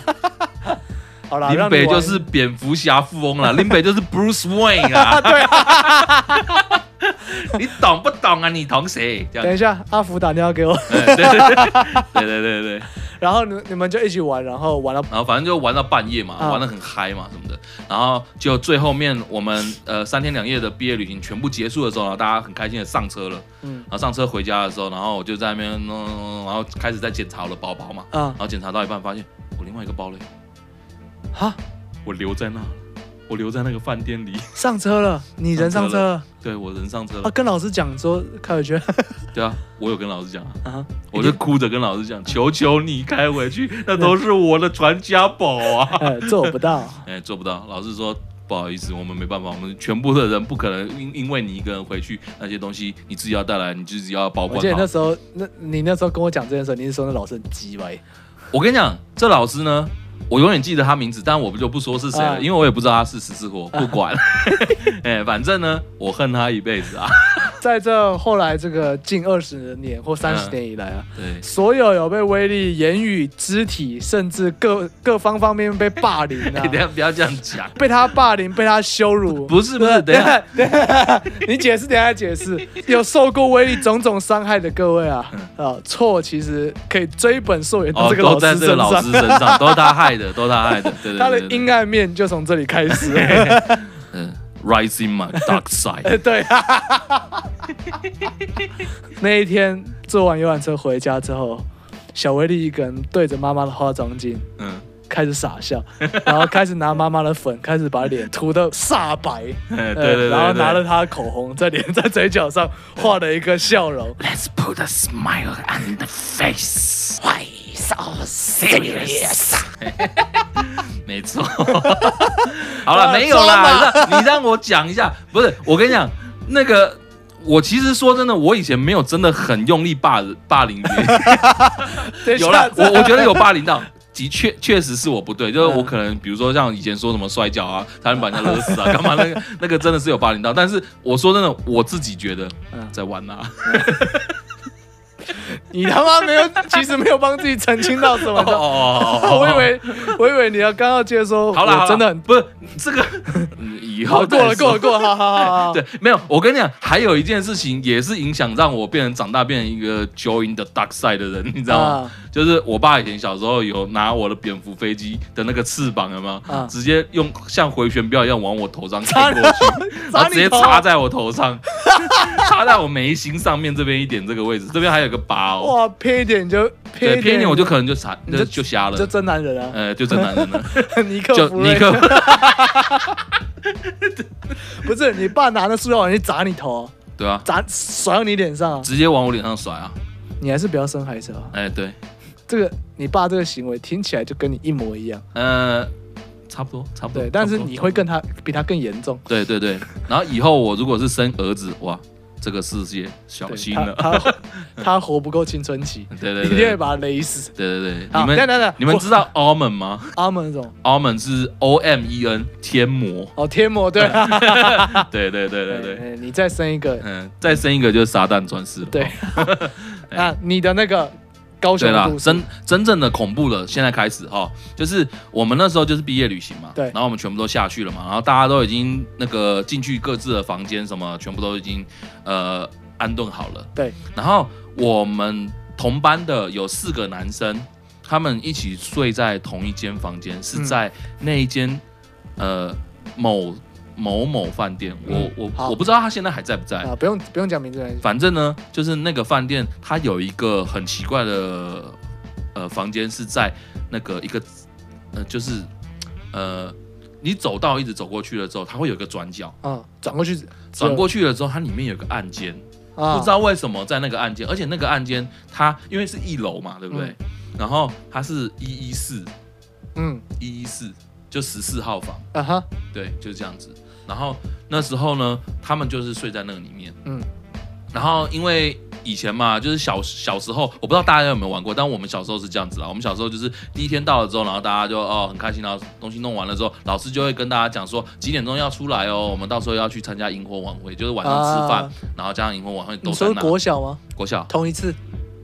S2: 好啦，
S1: 林
S2: 啊让
S1: 北
S2: 你玩
S1: 就是蝙蝠侠富翁 啦，林北就是 Bruce Wayne 啊。对啊， 你懂不懂啊？你同谁？这
S2: 等
S1: 样，
S2: 一下，阿福打电话给我，
S1: 哎对对对对对对对。
S2: 然后你你们就一起玩，然后玩到
S1: 然后反正就玩到半夜嘛，
S2: 啊
S1: 玩的很嗨嘛什么的。然后就最后面我们呃三天两夜的毕业旅行全部结束的时候，然后大家很开心的上车了。
S2: 嗯
S1: 然后上车回嗯家的时候，然后我就在那边弄弄弄，弄然后开始在检查我的包包嘛。
S2: 啊
S1: 然后检查到一半发现我连另外一个堡垒，
S2: 哈，
S1: 我留在那，我留在那个饭店里，
S2: 上车了，你人上车了
S1: 对我人上车
S2: 啊？
S1: 了，
S2: 跟老师讲说开回去
S1: 对啊，我有跟老师讲啊，
S2: 啊？
S1: 我就哭着跟老师讲，求求你开回去，那都是我的传家宝啊，
S2: 呃，做不到，
S1: 哎，做不到，老师说。不好意思，我们没办法，我们全部的人不可能因因为你一个人回去，那些东西你自己要带来，你自己要保
S2: 我
S1: 管
S2: 记得
S1: 好
S2: 那。时候，那你那时候跟我讲这件事，你是说那老师很鸡歪，
S1: 我跟你讲，这老师呢，我永远记得他名字，但我就不说是谁了，
S2: 啊
S1: 因为我也不知道他是死是活，不管。 哎、反正呢，我恨他一辈子啊。
S2: 在这后来这个近二十年或三
S1: 嗯
S2: 十年以来啊，
S1: 对，
S2: 所有有被威力言语、肢体，甚至各各方方面面被霸凌
S1: 哎、 等一
S2: 啊，
S1: 下不要这样讲，啊
S2: 被他霸凌、被他羞辱，
S1: 不是不是，等一 下，
S2: 等一下，你解释，等一下解释。有受过威力种种伤害的各位啊，啊，错其实可以追本溯源到
S1: 嗯哦，
S2: 这个
S1: 都
S2: 老
S1: 在这
S2: 师
S1: 个
S2: 身
S1: 老
S2: 上，
S1: 师身上，都是他害的，都是他害的。对对对对
S2: 他的阴暗面就从这里开 始了。
S1: 嗯，rising my dark side，
S2: 对 啊。那一天坐完游览车回家之后，小威力一个人对着妈妈的化妆镜
S1: 嗯，
S2: 开始傻 笑，然后开始拿妈妈的粉，开始把脸涂的煞白，呃
S1: 哎对对对，
S2: 然后拿了
S1: 对
S2: 她的口红在脸在嘴角上画了一个笑容。
S1: Let's put a smile on the face.
S2: Why so serious？
S1: 没错。好了，没有啦，
S2: 装
S1: 让你让我讲一下。不是，我跟你讲，那个我其实说真的，我以前没有真的很用力霸霸凌别 人，
S2: 等一
S1: 有啦
S2: 下，，
S1: 我我觉得有霸凌到。的确，确实是我不对，就是我可能，比如说像以前说什么摔跤啊，差点把人家勒死啊，干嘛那个那个真的是有霸凌到，但是我说真的，我自己觉得
S2: 嗯
S1: 在玩啊，
S2: 你他妈没有，其实没有帮自己澄清到什 么
S1: 哦
S2: 的。
S1: 哦 哦，
S2: 我以为，我以为你要刚要接着说，
S1: 好了，
S2: 我真的很
S1: 不是这个，嗯以
S2: 好
S1: 后
S2: 过了，
S1: 再说
S2: 过了，过了，好好好 好。
S1: 对，没有，我跟你讲，还有一件事情也是影响让我变成长大变成一个 join the dark side 的人，你知道吗？
S2: 啊
S1: 就是我爸以前小时候有拿我的蝙蝠飞机的那个翅膀，有没有？
S2: 啊
S1: 直接用像回旋镖一样往我头上插过 去，然后直接插在我头上， 插在我眉心上面这边一点这个位置，这边还有个疤哦。
S2: 哇，偏一点你就偏
S1: 对，
S2: 一
S1: 偏一点我就
S2: 你
S1: 可能就插
S2: 你
S1: 就
S2: 就
S1: 就瞎
S2: 就
S1: 了，
S2: 真男人啊，
S1: 呃，就真男人了，
S2: 尼克
S1: 就
S2: 弗
S1: 尼
S2: 瑞
S1: 克。
S2: 不是你爸拿那塑料碗去砸你头，
S1: 对啊，
S2: 砸甩到你脸上啊，
S1: 直接往我脸上甩啊！
S2: 你还是不要生孩子啊。
S1: 哎，对，
S2: 这个你爸这个行为听起来就跟你一模一样，
S1: 呃，差不多，差不多。
S2: 对，但是
S1: 差不多
S2: 你会更他比他更严重。
S1: 对对对，然后以后我如果是生儿子，哇，这个世界小
S2: 对
S1: 心
S2: 他
S1: 了。
S2: 他他活不够青春期，
S1: 对对
S2: 一定会
S1: 对，对
S2: 把他勒死。
S1: 对对，
S2: 好
S1: 你们
S2: 等等等
S1: 你们
S2: 我
S1: 知道 almond 吗
S2: 阿门那种
S1: ？almond 是 O M E N 天魔。
S2: 哦，天魔对啊，
S1: 对对对对对，
S2: 哎你再生一个，
S1: 嗯，再生一个就是撒旦转世了。
S2: 对
S1: 哦，
S2: 啊，你的那个高雄
S1: 对
S2: 的
S1: 啦
S2: 故，事，
S1: 真真正的恐怖了，现在开始哈，就是我们那时候就是毕业旅行嘛，
S2: 对
S1: 然后我们全部都下去了嘛，然后大家都已经那个进去各自的房间什么，全部都已经呃安顿好了，
S2: 对，
S1: 然后我们同班的有四个男生，他们一起睡在同一间房间，是
S2: 嗯
S1: 在那一间呃某某某饭店，我
S2: 嗯
S1: 我
S2: 好
S1: 我不知道他现在还在不在，
S2: 啊，不用不用讲名字没关系，
S1: 反正呢，就是那个饭店，它有一个很奇怪的呃房间，是在那个一个呃，就是呃，你走道一直走过去了之后，它会有一个转角，
S2: 啊，转过去
S1: 转过去了之后，它里面有个按键，
S2: 啊，
S1: 不知道为什么在那个按键，而且那个按键它因为是一楼嘛，对不对？然后它是一一四
S2: 嗯
S1: 一一四，就十四号房，
S2: 啊哈，
S1: 对，就是这样子。然后那时候呢，他们就是睡在那个里面，
S2: 嗯
S1: 然后因为以前嘛，就是小小时候，我不知道大家有没有玩过，但我们小时候是这样子啦。我们小时候就是第一天到了之后，然后大家就哦很开心，然后东西弄完了之后，老师就会跟大家讲说几点钟要出来哦，我们到时候要去参加萤火晚会，就是晚上吃饭，
S2: 啊
S1: 然后加上萤火晚会都
S2: 你
S1: 在
S2: 说
S1: 那
S2: 国小吗？
S1: 国小
S2: 同一次，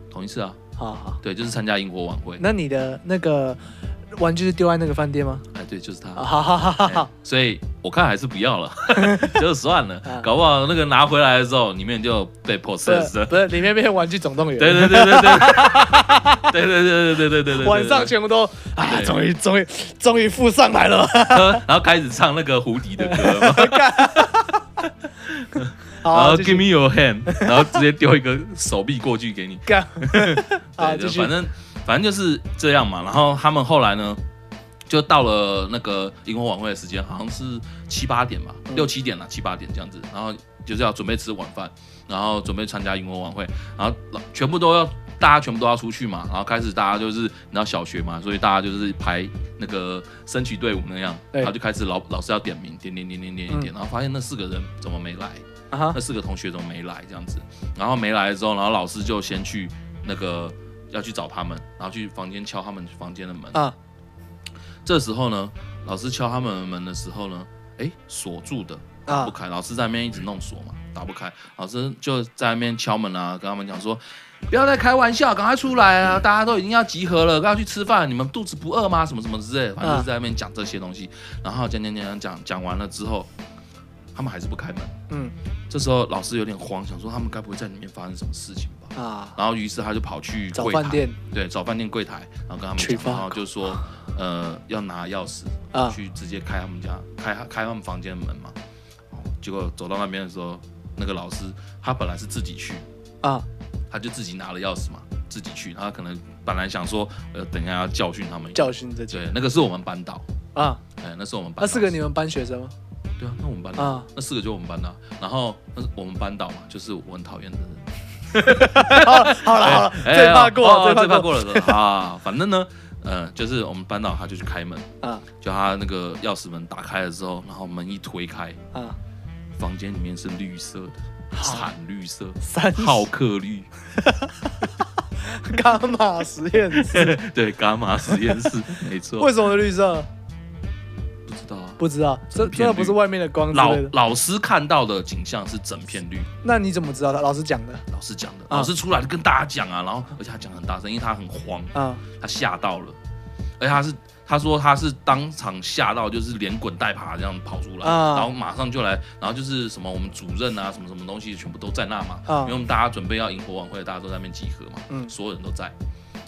S1: 同一次啊，
S2: 好好，
S1: 对，就是参加萤火晚会，
S2: 那你的那个玩具是丢在那个饭店吗？
S1: 哎，对，就是他。
S2: 啊，好好好好
S1: 哎
S2: 好，
S1: 所以我看还是不要了，就算了
S2: 啊，
S1: 搞不好那个拿回来的时候，里面就被
S2: 不
S1: process
S2: 是
S1: 了。
S2: 不是，里面变成玩具总动员，
S1: 哎对对对对对，对对对对对对对对，
S2: 晚上全部都啊，
S1: 对
S2: 终于终于终于附上来了，
S1: 然后开始唱那个胡迪的歌，然
S2: 好，
S1: 后
S2: 继续
S1: Give me your hand，然后直接丢一个手臂过去给你，
S2: 干啊，
S1: 对，
S2: 继
S1: 就
S2: 续
S1: 反正反正就是这样嘛。然后他们后来呢，就到了那个萤火晚会的时间，好像是七八点吧，
S2: 嗯
S1: 六七点啦，七八点这样子。然后就是要准备吃晚饭，然后准备参加萤火晚会，然后全部都要。大家全部都要出去嘛，然后开始大家就是你知道小学嘛，所以大家就是排那个升旗队伍那样，
S2: 对嗯
S1: 然后就开始老老师要点名，点点点点点点点，然后发现那四个人怎么没来，
S2: 啊哈
S1: 那，四个同学怎么没来这样子？然后没来之后，然后老师就先去那个要去找他们，然后去房间敲他们房间的门。
S2: 啊，
S1: 这时候呢，老师敲他们门的时候呢，哎，锁住的，打不开。老师在那边一直弄锁嘛，打不开。老师就在那边敲门啊，跟他们讲说，不要再开玩笑，赶快出来啊！大家都已经要集合了，要去吃饭，你们肚子不饿吗？什么什么之类的，反正就是在那边讲这些东西。然后讲讲讲讲讲讲完了之后，他们还是不开门。
S2: 嗯
S1: 这时候老师有点慌，想说他们该不会在里面发生什么事情吧？
S2: 啊，
S1: 然后于是他就跑去
S2: 找
S1: 柜
S2: 饭
S1: 台，
S2: 店
S1: 对，找饭店柜台，然后跟他们
S2: 去
S1: 讲，
S2: 放
S1: 然后就说，呃，要拿钥匙
S2: 啊
S1: 去直接开他们家，开开他们房间的门嘛。哦结果走到那边的时候，那个老师他本来是自己去，
S2: 啊
S1: 他就自己拿了钥匙嘛，自己去。他可能本来想说，呃，等一下要教训他们。
S2: 教训自己
S1: 对，那个是我们班导，
S2: 啊，
S1: 哎，那是我们班导。
S2: 那四个你们班学 生吗？
S1: 对啊，那我们班导，
S2: 啊
S1: 那四个就我们班导。然后那是我们班导嘛，就是我很讨厌的人。
S2: 好了好了好了，
S1: 哎
S2: 最怕过
S1: 哦
S2: 了
S1: 最
S2: 最
S1: 怕
S2: 怕过
S1: 过了的啊！反正呢，呃，就是我们班导他就去开门，
S2: 了啊
S1: 就他那个钥匙门打开了之后，然后门一推开，
S2: 啊，
S1: 房间里面是绿色的，
S2: 好
S1: 惨绿 色，
S2: 三
S1: 浩克绿，
S2: 伽马实验室，
S1: 对，伽马实验室，没错
S2: 为，什么绿色？
S1: 不知道啊。
S2: 不知道，这
S1: 整片
S2: 真的不是
S1: 绿
S2: 外面的光之
S1: 老
S2: 类的。
S1: 老师看到的景象是整片绿，
S2: 那你怎么知道的？老师讲的
S1: 老师讲的，
S2: 啊
S1: 老师出来就跟大家讲啊，然后而且他讲得很大声，因为他很慌，
S2: 啊
S1: 他吓到了，而且他是他说他是当场吓到，就是连滚带爬这样跑出来，
S2: 啊
S1: 然后马上就来，然后就是什么我们主任啊，什么什么东西全部都在那嘛，
S2: 啊
S1: 因为我们大家准备要萤火晚会，大家都在那边集合嘛，
S2: 嗯
S1: 所有人都在，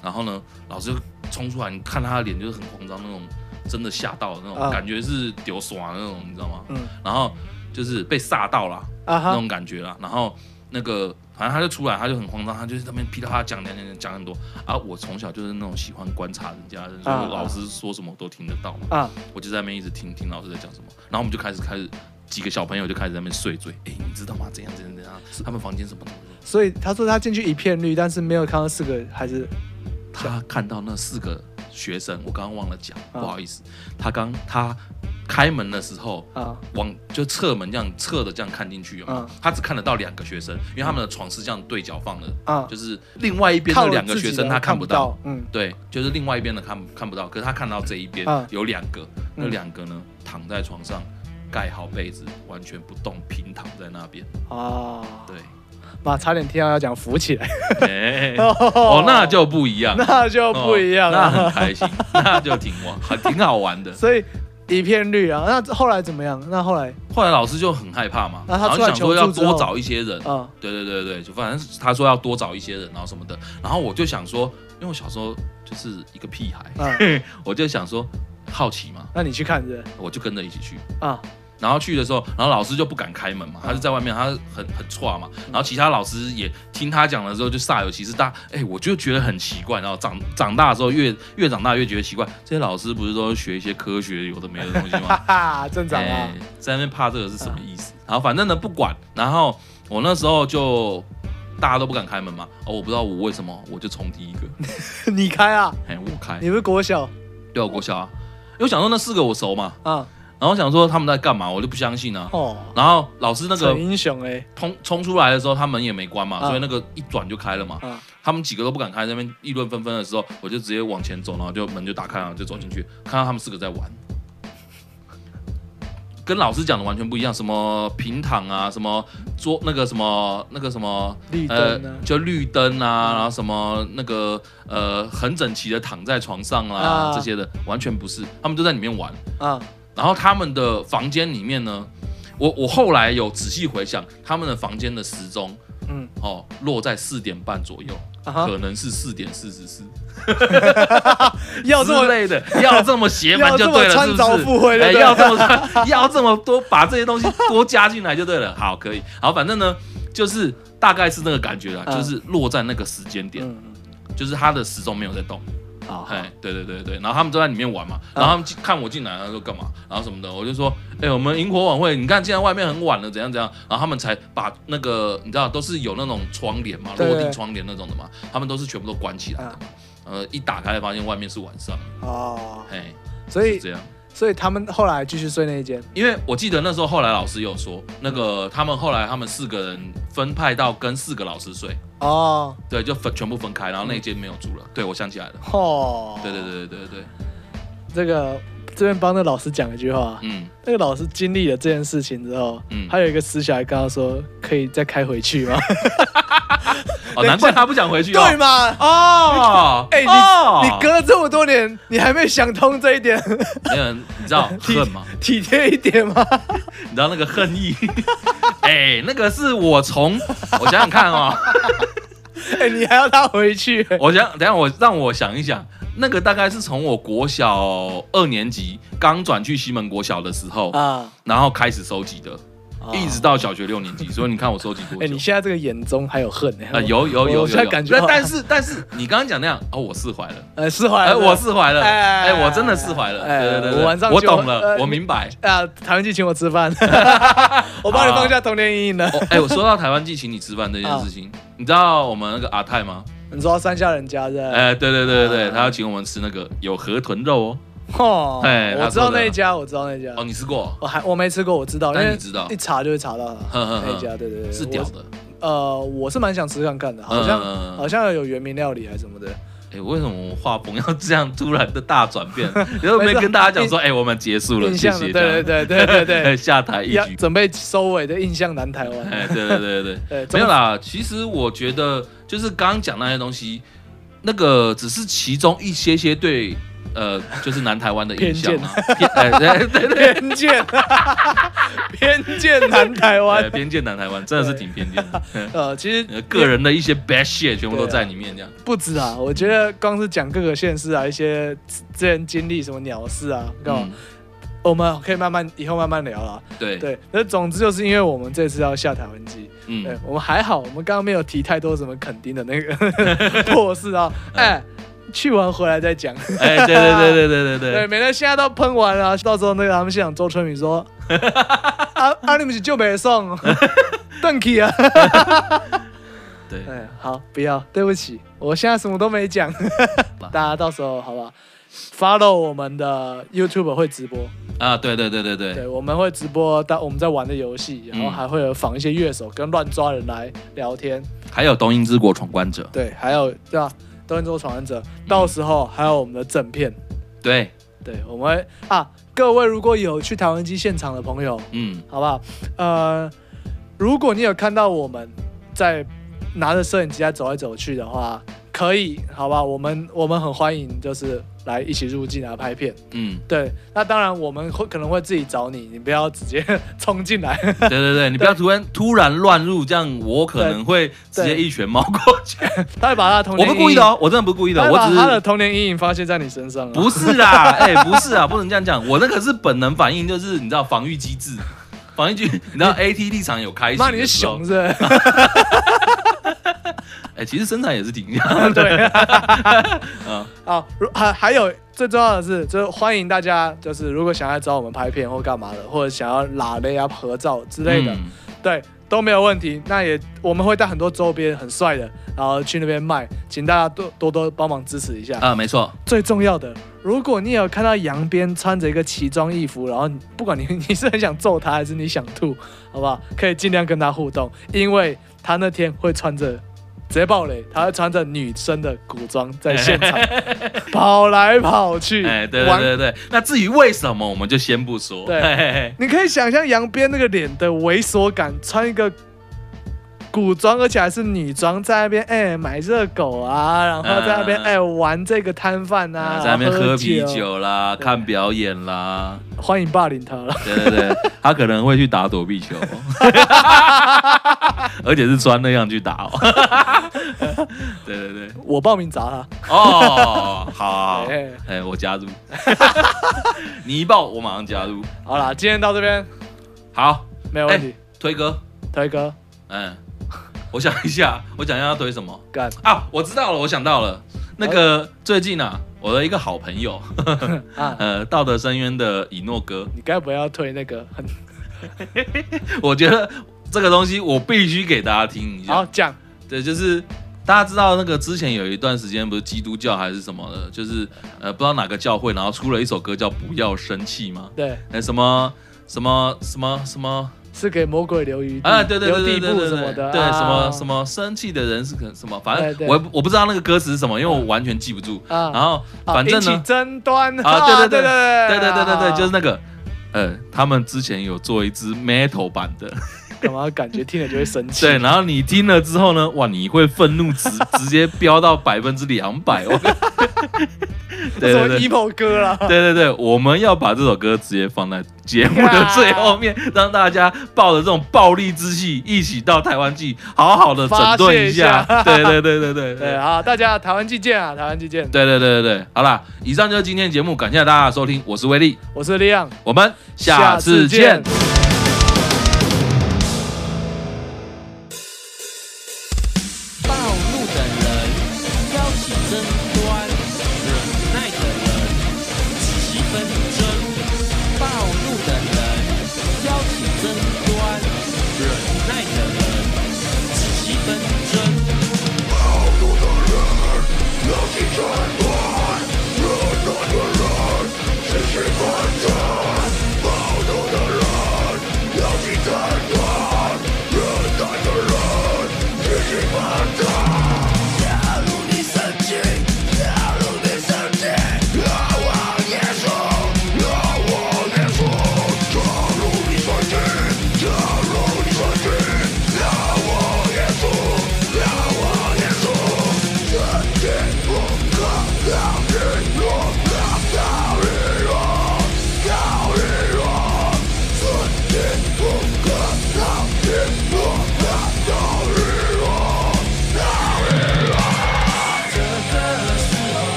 S1: 然后呢，老师就冲出来，你看他的脸就是很慌张那种，真的吓到的那种、
S2: 啊
S1: 感觉是丢耍的那种，你知道吗？
S2: 嗯
S1: 然后就是被吓到了，
S2: 啊
S1: 那
S2: 哈
S1: 种感觉啦。然后那个反正他就出来，他就很慌张，他就是在那边噼里啪啦讲讲讲讲讲很多啊。我从小就是那种喜欢观察人家的人，所以
S2: 啊
S1: 我老师说什么我都听得到嘛。
S2: 啊
S1: 我就在那边一直听听老师在讲什么，然后我们就开始开始几个小朋友就开始在那边碎嘴，哎、你知道吗？怎样怎样怎样？他们房间什么什么什么？
S2: 所以他说他进去一片绿，但是没有看到四个还是
S1: 他看到那四个学生，我刚刚忘了讲，
S2: 啊
S1: 不好意思，他刚他开门的时候。
S2: 啊
S1: 往就侧门这样侧的这样看进去有没有？
S2: 嗯
S1: 他只看得到两个学生，因为他们的床是这样对角放的，
S2: 啊，
S1: 就是另外一边的两个学生他看
S2: 不
S1: 不到，，
S2: 嗯
S1: 对，就是另外一边的看看不到，可是他看到这一边
S2: 嗯
S1: 有两个，那
S2: 嗯
S1: 两个呢躺在床上，盖好被子，完全不动，平躺在那边，
S2: 啊，
S1: 对，
S2: 妈差点听到要讲扶起来，
S1: 哎哦，那就不一样，
S2: 那就不一样啊
S1: 哦那
S2: 了，
S1: 很开 心，那就挺玩，很挺好玩的。
S2: 所以一片绿啊，那后来怎么样？那后来
S1: 后来老师就很害怕嘛，
S2: 那
S1: 然
S2: 他
S1: 后
S2: 出
S1: 就
S2: 来
S1: 想说
S2: 求
S1: 要
S2: 助之后
S1: 多找一些人，
S2: 啊
S1: 对对对对，就反正他说要多找一些人，然后什么的，然后我就想说，因为我小时候就是一个屁孩，
S2: 啊，
S1: 我就想说好奇嘛，
S2: 那你去看是
S1: 我就跟着一起去。
S2: 啊
S1: 然后去的时候，然后老师就不敢开门嘛，他就在外面，他很很歘嘛。然后其他老师也听他讲了之后，就煞有其事。大哎，我就觉得很奇怪。然后长长大之后，越越长大越觉得奇怪，这些老师不是都学一些科学有的没的东西
S2: 哈
S1: 吗？
S2: 哈，正常啊
S1: 哎，在那边怕这个是什么意思？然后反正呢不管。然后我那时候就大家都不敢开门嘛。哦，我不知道我为什么，我就冲第一个，
S2: 你开啊，
S1: 哎，我开。
S2: 你不是国小
S1: 对，我国小啊，因为我想说那四个我熟嘛，
S2: 啊
S1: 然后我想说他们在干嘛，我就不相信啊。
S2: 哦，
S1: 然后老师那个
S2: 很英雄哎
S1: 冲冲出来的时候，他门也没关嘛，
S2: 啊
S1: 所以那个一转就开了嘛。
S2: 啊
S1: 他们几个都不敢开，在那边议论纷纷的时候，我就直接往前走，然后就门就打开了，然后就走进去，看到他们四个在玩，跟老师讲的完全不一样，什么平躺啊，什么桌那个什么那个什么呃
S2: 绿灯啊
S1: 就绿灯啊，然后什么那个呃很整齐的躺在床上啊
S2: 啊
S1: 这些的，完全不是，他们就在里面玩。
S2: 啊
S1: 然后他们的房间里面呢，我我后来有仔细回想，他们的房间的时钟
S2: 嗯
S1: 哦落在四点半左右，
S2: 啊哈，
S1: 可能是四点四十四
S2: 要哦
S1: 之
S2: 这么
S1: 类 的，要这么邪门
S2: 要
S1: 就
S2: 这
S1: 对
S2: 么
S1: 了，是
S2: 穿
S1: 不
S2: 凿
S1: 是？
S2: 附会
S1: 哎，
S2: 的，
S1: 要这么穿 要这么多，把这些东西多加进来就对了。好，可以，好，反正呢，就是大概是那个感觉啦，
S2: 嗯
S1: 就是落在那个时间点，
S2: 嗯嗯嗯
S1: 就是他的时钟没有在动。
S2: 好，嗯好
S1: 哎，对对对对，然后他们都在里面玩嘛，然后他们进看我进来，然后说干嘛，然后什么的，我就说，哎、我们萤火晚会，你看现在外面很晚了，怎样怎样，然后他们才把那个你知道都是有那种窗帘嘛，
S2: 对
S1: 落
S2: 对嗯
S1: 地窗帘那种的嘛，他们都是全部都关起
S2: 啊
S1: 来的，呃，一打开发现外面是晚上，
S2: 哦，
S1: 哎，
S2: 所以
S1: 是这样。
S2: 所以他们后来继续睡那一间，
S1: 因为我记得那时候后来老师有说，那个他们后来他们四个人分派到跟四个老师睡，
S2: 哦，
S1: 对，就分全部分开，然后那间没有住了，
S2: 嗯
S1: 对我想起来了，
S2: 吼，
S1: 对对，对对对对，
S2: 这个这边帮那老师讲一句话，
S1: 嗯，
S2: 那个老师经历了这件事情之后，
S1: 嗯
S2: 还有一个死小孩跟他说，可以再开回 去吗？
S1: 哦，难怪他不想回去哦，
S2: 对嘛？
S1: 哦，
S2: 哎、你、
S1: 哦
S2: 你隔了这么多年，你还没想通这一点，
S1: 没有人，你知道
S2: 体
S1: 恨 吗？
S2: 体贴一点吗？
S1: 你知道那个恨意？ 哎，那个是我从我想想看哦，
S2: 哎、你还要他回去、
S1: 我想等一下我让我想一想，那个大概是从我国小二年级刚转去西门国小的时候，
S2: 啊，
S1: 然后开始收集的，一直
S2: 到
S1: 到小学六年级，所以你看我收集多
S2: 啊哎、你
S1: 久？
S2: 现在这个眼中还有恨呢、
S1: 啊，有有
S2: 我
S1: 有
S2: 我现
S1: 有
S2: 在
S1: 有，
S2: 感觉
S1: 那
S2: 到
S1: 但是但是你刚刚讲那样哦，我释怀了，
S2: 呃释怀
S1: 哎，
S2: 了，
S1: 我释怀了，
S2: 哎
S1: 哎，我真的释怀了，
S2: 哎
S1: 对对对
S2: 我晚上
S1: 对，我
S2: 就
S1: 懂了，
S2: 呃
S1: 我明白。
S2: 啊，台湾记请我 吃饭， 我帮你放下童年阴影了。
S1: 哦，哎、我说到台湾记请你吃饭这件
S2: 啊
S1: 事情，你知道我们那个阿泰吗？
S2: 你说山下人家的，
S1: 哎、对对对对对，
S2: 嗯啊
S1: 他要请我们吃那个有河豚肉哦。
S2: 哦，
S1: 哎
S2: 我知
S1: 他
S2: 道
S1: 说的
S2: 那一家，我知道那一家
S1: 哦，，你吃过？
S2: 我还我没吃过，我知道，因
S1: 但
S2: 为
S1: 你知道
S2: 一查就会查到
S1: 哼哼
S2: 它
S1: 哼
S2: 那一家，对对对，
S1: 是屌的。
S2: 我。呃，我是蛮想吃看看的，
S1: 嗯
S2: 好
S1: 嗯嗯
S2: 像
S1: 嗯
S2: 好像有原名料理还是什么的，
S1: 哎、为什么我画风要这样突然的大转变？ 你都没
S2: 没事
S1: 跟大家讲说，哎、我们结束了，
S2: 印
S1: 谢
S2: 象的，
S1: 谢。
S2: 对对
S1: 这样
S2: 对对对对，
S1: 下台一
S2: 要
S1: 局。
S2: 准备收尾的印象南台
S1: 哎、
S2: 湾，
S1: 对对对对
S2: 对，
S1: 没有啦。其实我觉得，就是刚刚讲那些东西，那个只是其中一些些对。呃，就是南台湾的影响啊，偏哎对对对，
S2: 偏 见，偏见南台
S1: 哎
S2: 湾。
S1: 偏见南台湾真的是挺偏见 的。
S2: 呃，其实
S1: 呃个人的一些 bad shit 全部都在里面，这样。
S2: 不止啊，我觉得光是讲各个县市啊，一些之之前经历什么鸟事啊，干嘛，我们可以慢慢以后慢慢聊啦。
S1: 嗯对，
S2: 对，那总之就是因为我们这次要下台湾机，对
S1: 嗯，
S2: 我们还好，我们刚刚没有提太多什么垦丁的 那个破事啊，哎，去完回来再讲。
S1: 嗯哎，对对对对对
S2: 对，
S1: 对
S2: 免得现在都喷完了，到时候那个他们现场周春 雨说，啊啊，你们是就北送，邓 k 啊，
S1: 对对，
S2: 哎，好，不要，对不起，我现在什么都没讲， 大家到时候好不好？follow 我们的 YouTube 会直播，
S1: 啊，对对对对对，
S2: 对，我们会直播，但我们在玩的游戏，然后还会有仿一些乐手跟乱抓人来聊天，
S1: 还有东瀛之国闯关者，
S2: 对，还有对吧、啊？都人周闯关者，到时候还有我们的正片，
S1: 对，
S2: 对，我们会啊，各位如果有去台湾机现场的朋友，
S1: 嗯，
S2: 好不好？呃，如果你有看到我们在拿着摄影机在走来走去的话，可以，好吧？我们我们很欢迎，就是来一起入境来拍片。
S1: 嗯，
S2: 对，那当然我们会可能会自己找你，你不要直接冲进来。
S1: 嗯对对对，你不要突然突然乱入，这样我可能会直接一拳猫过去。
S2: 他会把他的童
S1: 我
S2: 年
S1: 不故意的
S2: 阴
S1: 哦，我真的不故意
S2: 影，
S1: 的，
S2: 他会
S1: 我
S2: 把
S1: 只
S2: 他的
S1: 是
S2: 童年阴影发泄在你身上啊。
S1: 不是啦， 哎，不是啊，不能这样讲，我那个是本能反应，就是你知道防御机制，防御机，你知道 AT 立场有开始，
S2: 骂你是熊，是不是？
S1: 哎，其实身材也是挺像的，
S2: 对。
S1: 嗯
S2: 啊，如还还有最重要的是，就是欢迎大家，就是如果想要找我们拍片或干嘛的，或者想要拉勒啊合照之类的，
S1: 嗯
S2: 对，都没有问题。那也我们会带很多周边很帅的，然后去那边卖，请大家多多多帮忙支持一下。
S1: 啊，没错，
S2: 最重要的，如果你有看到杨边穿着一个奇装异服，然后你不管你 你是很想揍他还是你想吐，好不好？可以尽量跟他互动，因为他那天会穿着。直接爆雷，他会穿着女生的古装在 现场跑来跑去，
S1: 哎，对
S2: 玩
S1: 对对对，那至于为什么，我们就先不说。
S2: 对
S1: 嘿嘿嘿
S2: 你可以想象杨边那个脸的猥琐感，穿一个古装，而且还是女装，在那边哎、买热狗啊，然后在那边
S1: 嗯
S2: 哎、玩这个摊贩啊，
S1: 呃在那边喝啤
S2: 酒，
S1: 酒啦，
S2: 对
S1: 看表演啦，
S2: 欢迎霸凌他了。
S1: 对对对，他可能会去打躲避 球， 而且是穿那样去打哦。 对对对，
S2: 我报名砸他，
S1: 哦，好好，好
S2: 对
S1: 哎，我加入， 你一报我马上加入。
S2: 好啦，今天到这边
S1: 好，
S2: 没有问题
S1: 哎，推歌，
S2: 推哥，
S1: 嗯，我想一下，我想一下要推什么
S2: 干
S1: 啊？我知道了，我想到了，那个最近啊，我的一个好朋友，
S2: 啊！
S1: 呃，道德深渊的以诺哥，
S2: 你该不要推那个很
S1: 我觉得这个东西我必须给大家听一
S2: 好
S1: 下。
S2: 讲
S1: 对，就是大家知道那个之前有一段时间不是基督教还是什么的，就是呃不知道哪个教会，然后出了一首歌叫《不要生气》嘛，
S2: 对，
S1: 那什么什么什么什么
S2: 是给魔鬼留余地
S1: 啊，对对对对
S2: 嗯留地
S1: 对
S2: 步
S1: 对
S2: 什么的，
S1: 对
S2: 啊
S1: 什么什么生气的人是可什么，反
S2: 对
S1: 正
S2: 对
S1: 我也不我不知道那个歌词是什么，因为我完全记不住。
S2: 啊，
S1: 然后
S2: 啊
S1: 反正
S2: 引
S1: 呢
S2: 起，争端
S1: 啊对对 啊对对
S2: 对对
S1: 对对对对，就是
S2: 那
S1: 那个。呃，他们之前有做一支 metal 版 的，
S2: 啊干嘛感觉听了就会生气，
S1: 对，然后你听了之后呢，哇，你会愤怒 值直接飙到百分之两百 哦。对对
S2: 什么
S1: 对
S2: emo 歌啦，
S1: 对对对，我们要把这首歌直接放在节目的最后 面，让大家抱着这种暴力之气一起到台湾季，好好的整顿一下。对 对对对对
S2: 对
S1: 对。
S2: 啊，大家台湾季见啊，台湾季见，
S1: 对对对对对，好啦，以上就是今天的节目，感谢大家的收听，我是威力，
S2: 我是 l e
S1: 我们下次见。
S3: 暴怒的人挑起争端，忍耐的人积极纷争。暴怒的人挑起争端，忍耐的人积极纷争。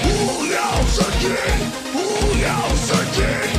S4: 不要生气，不要生气。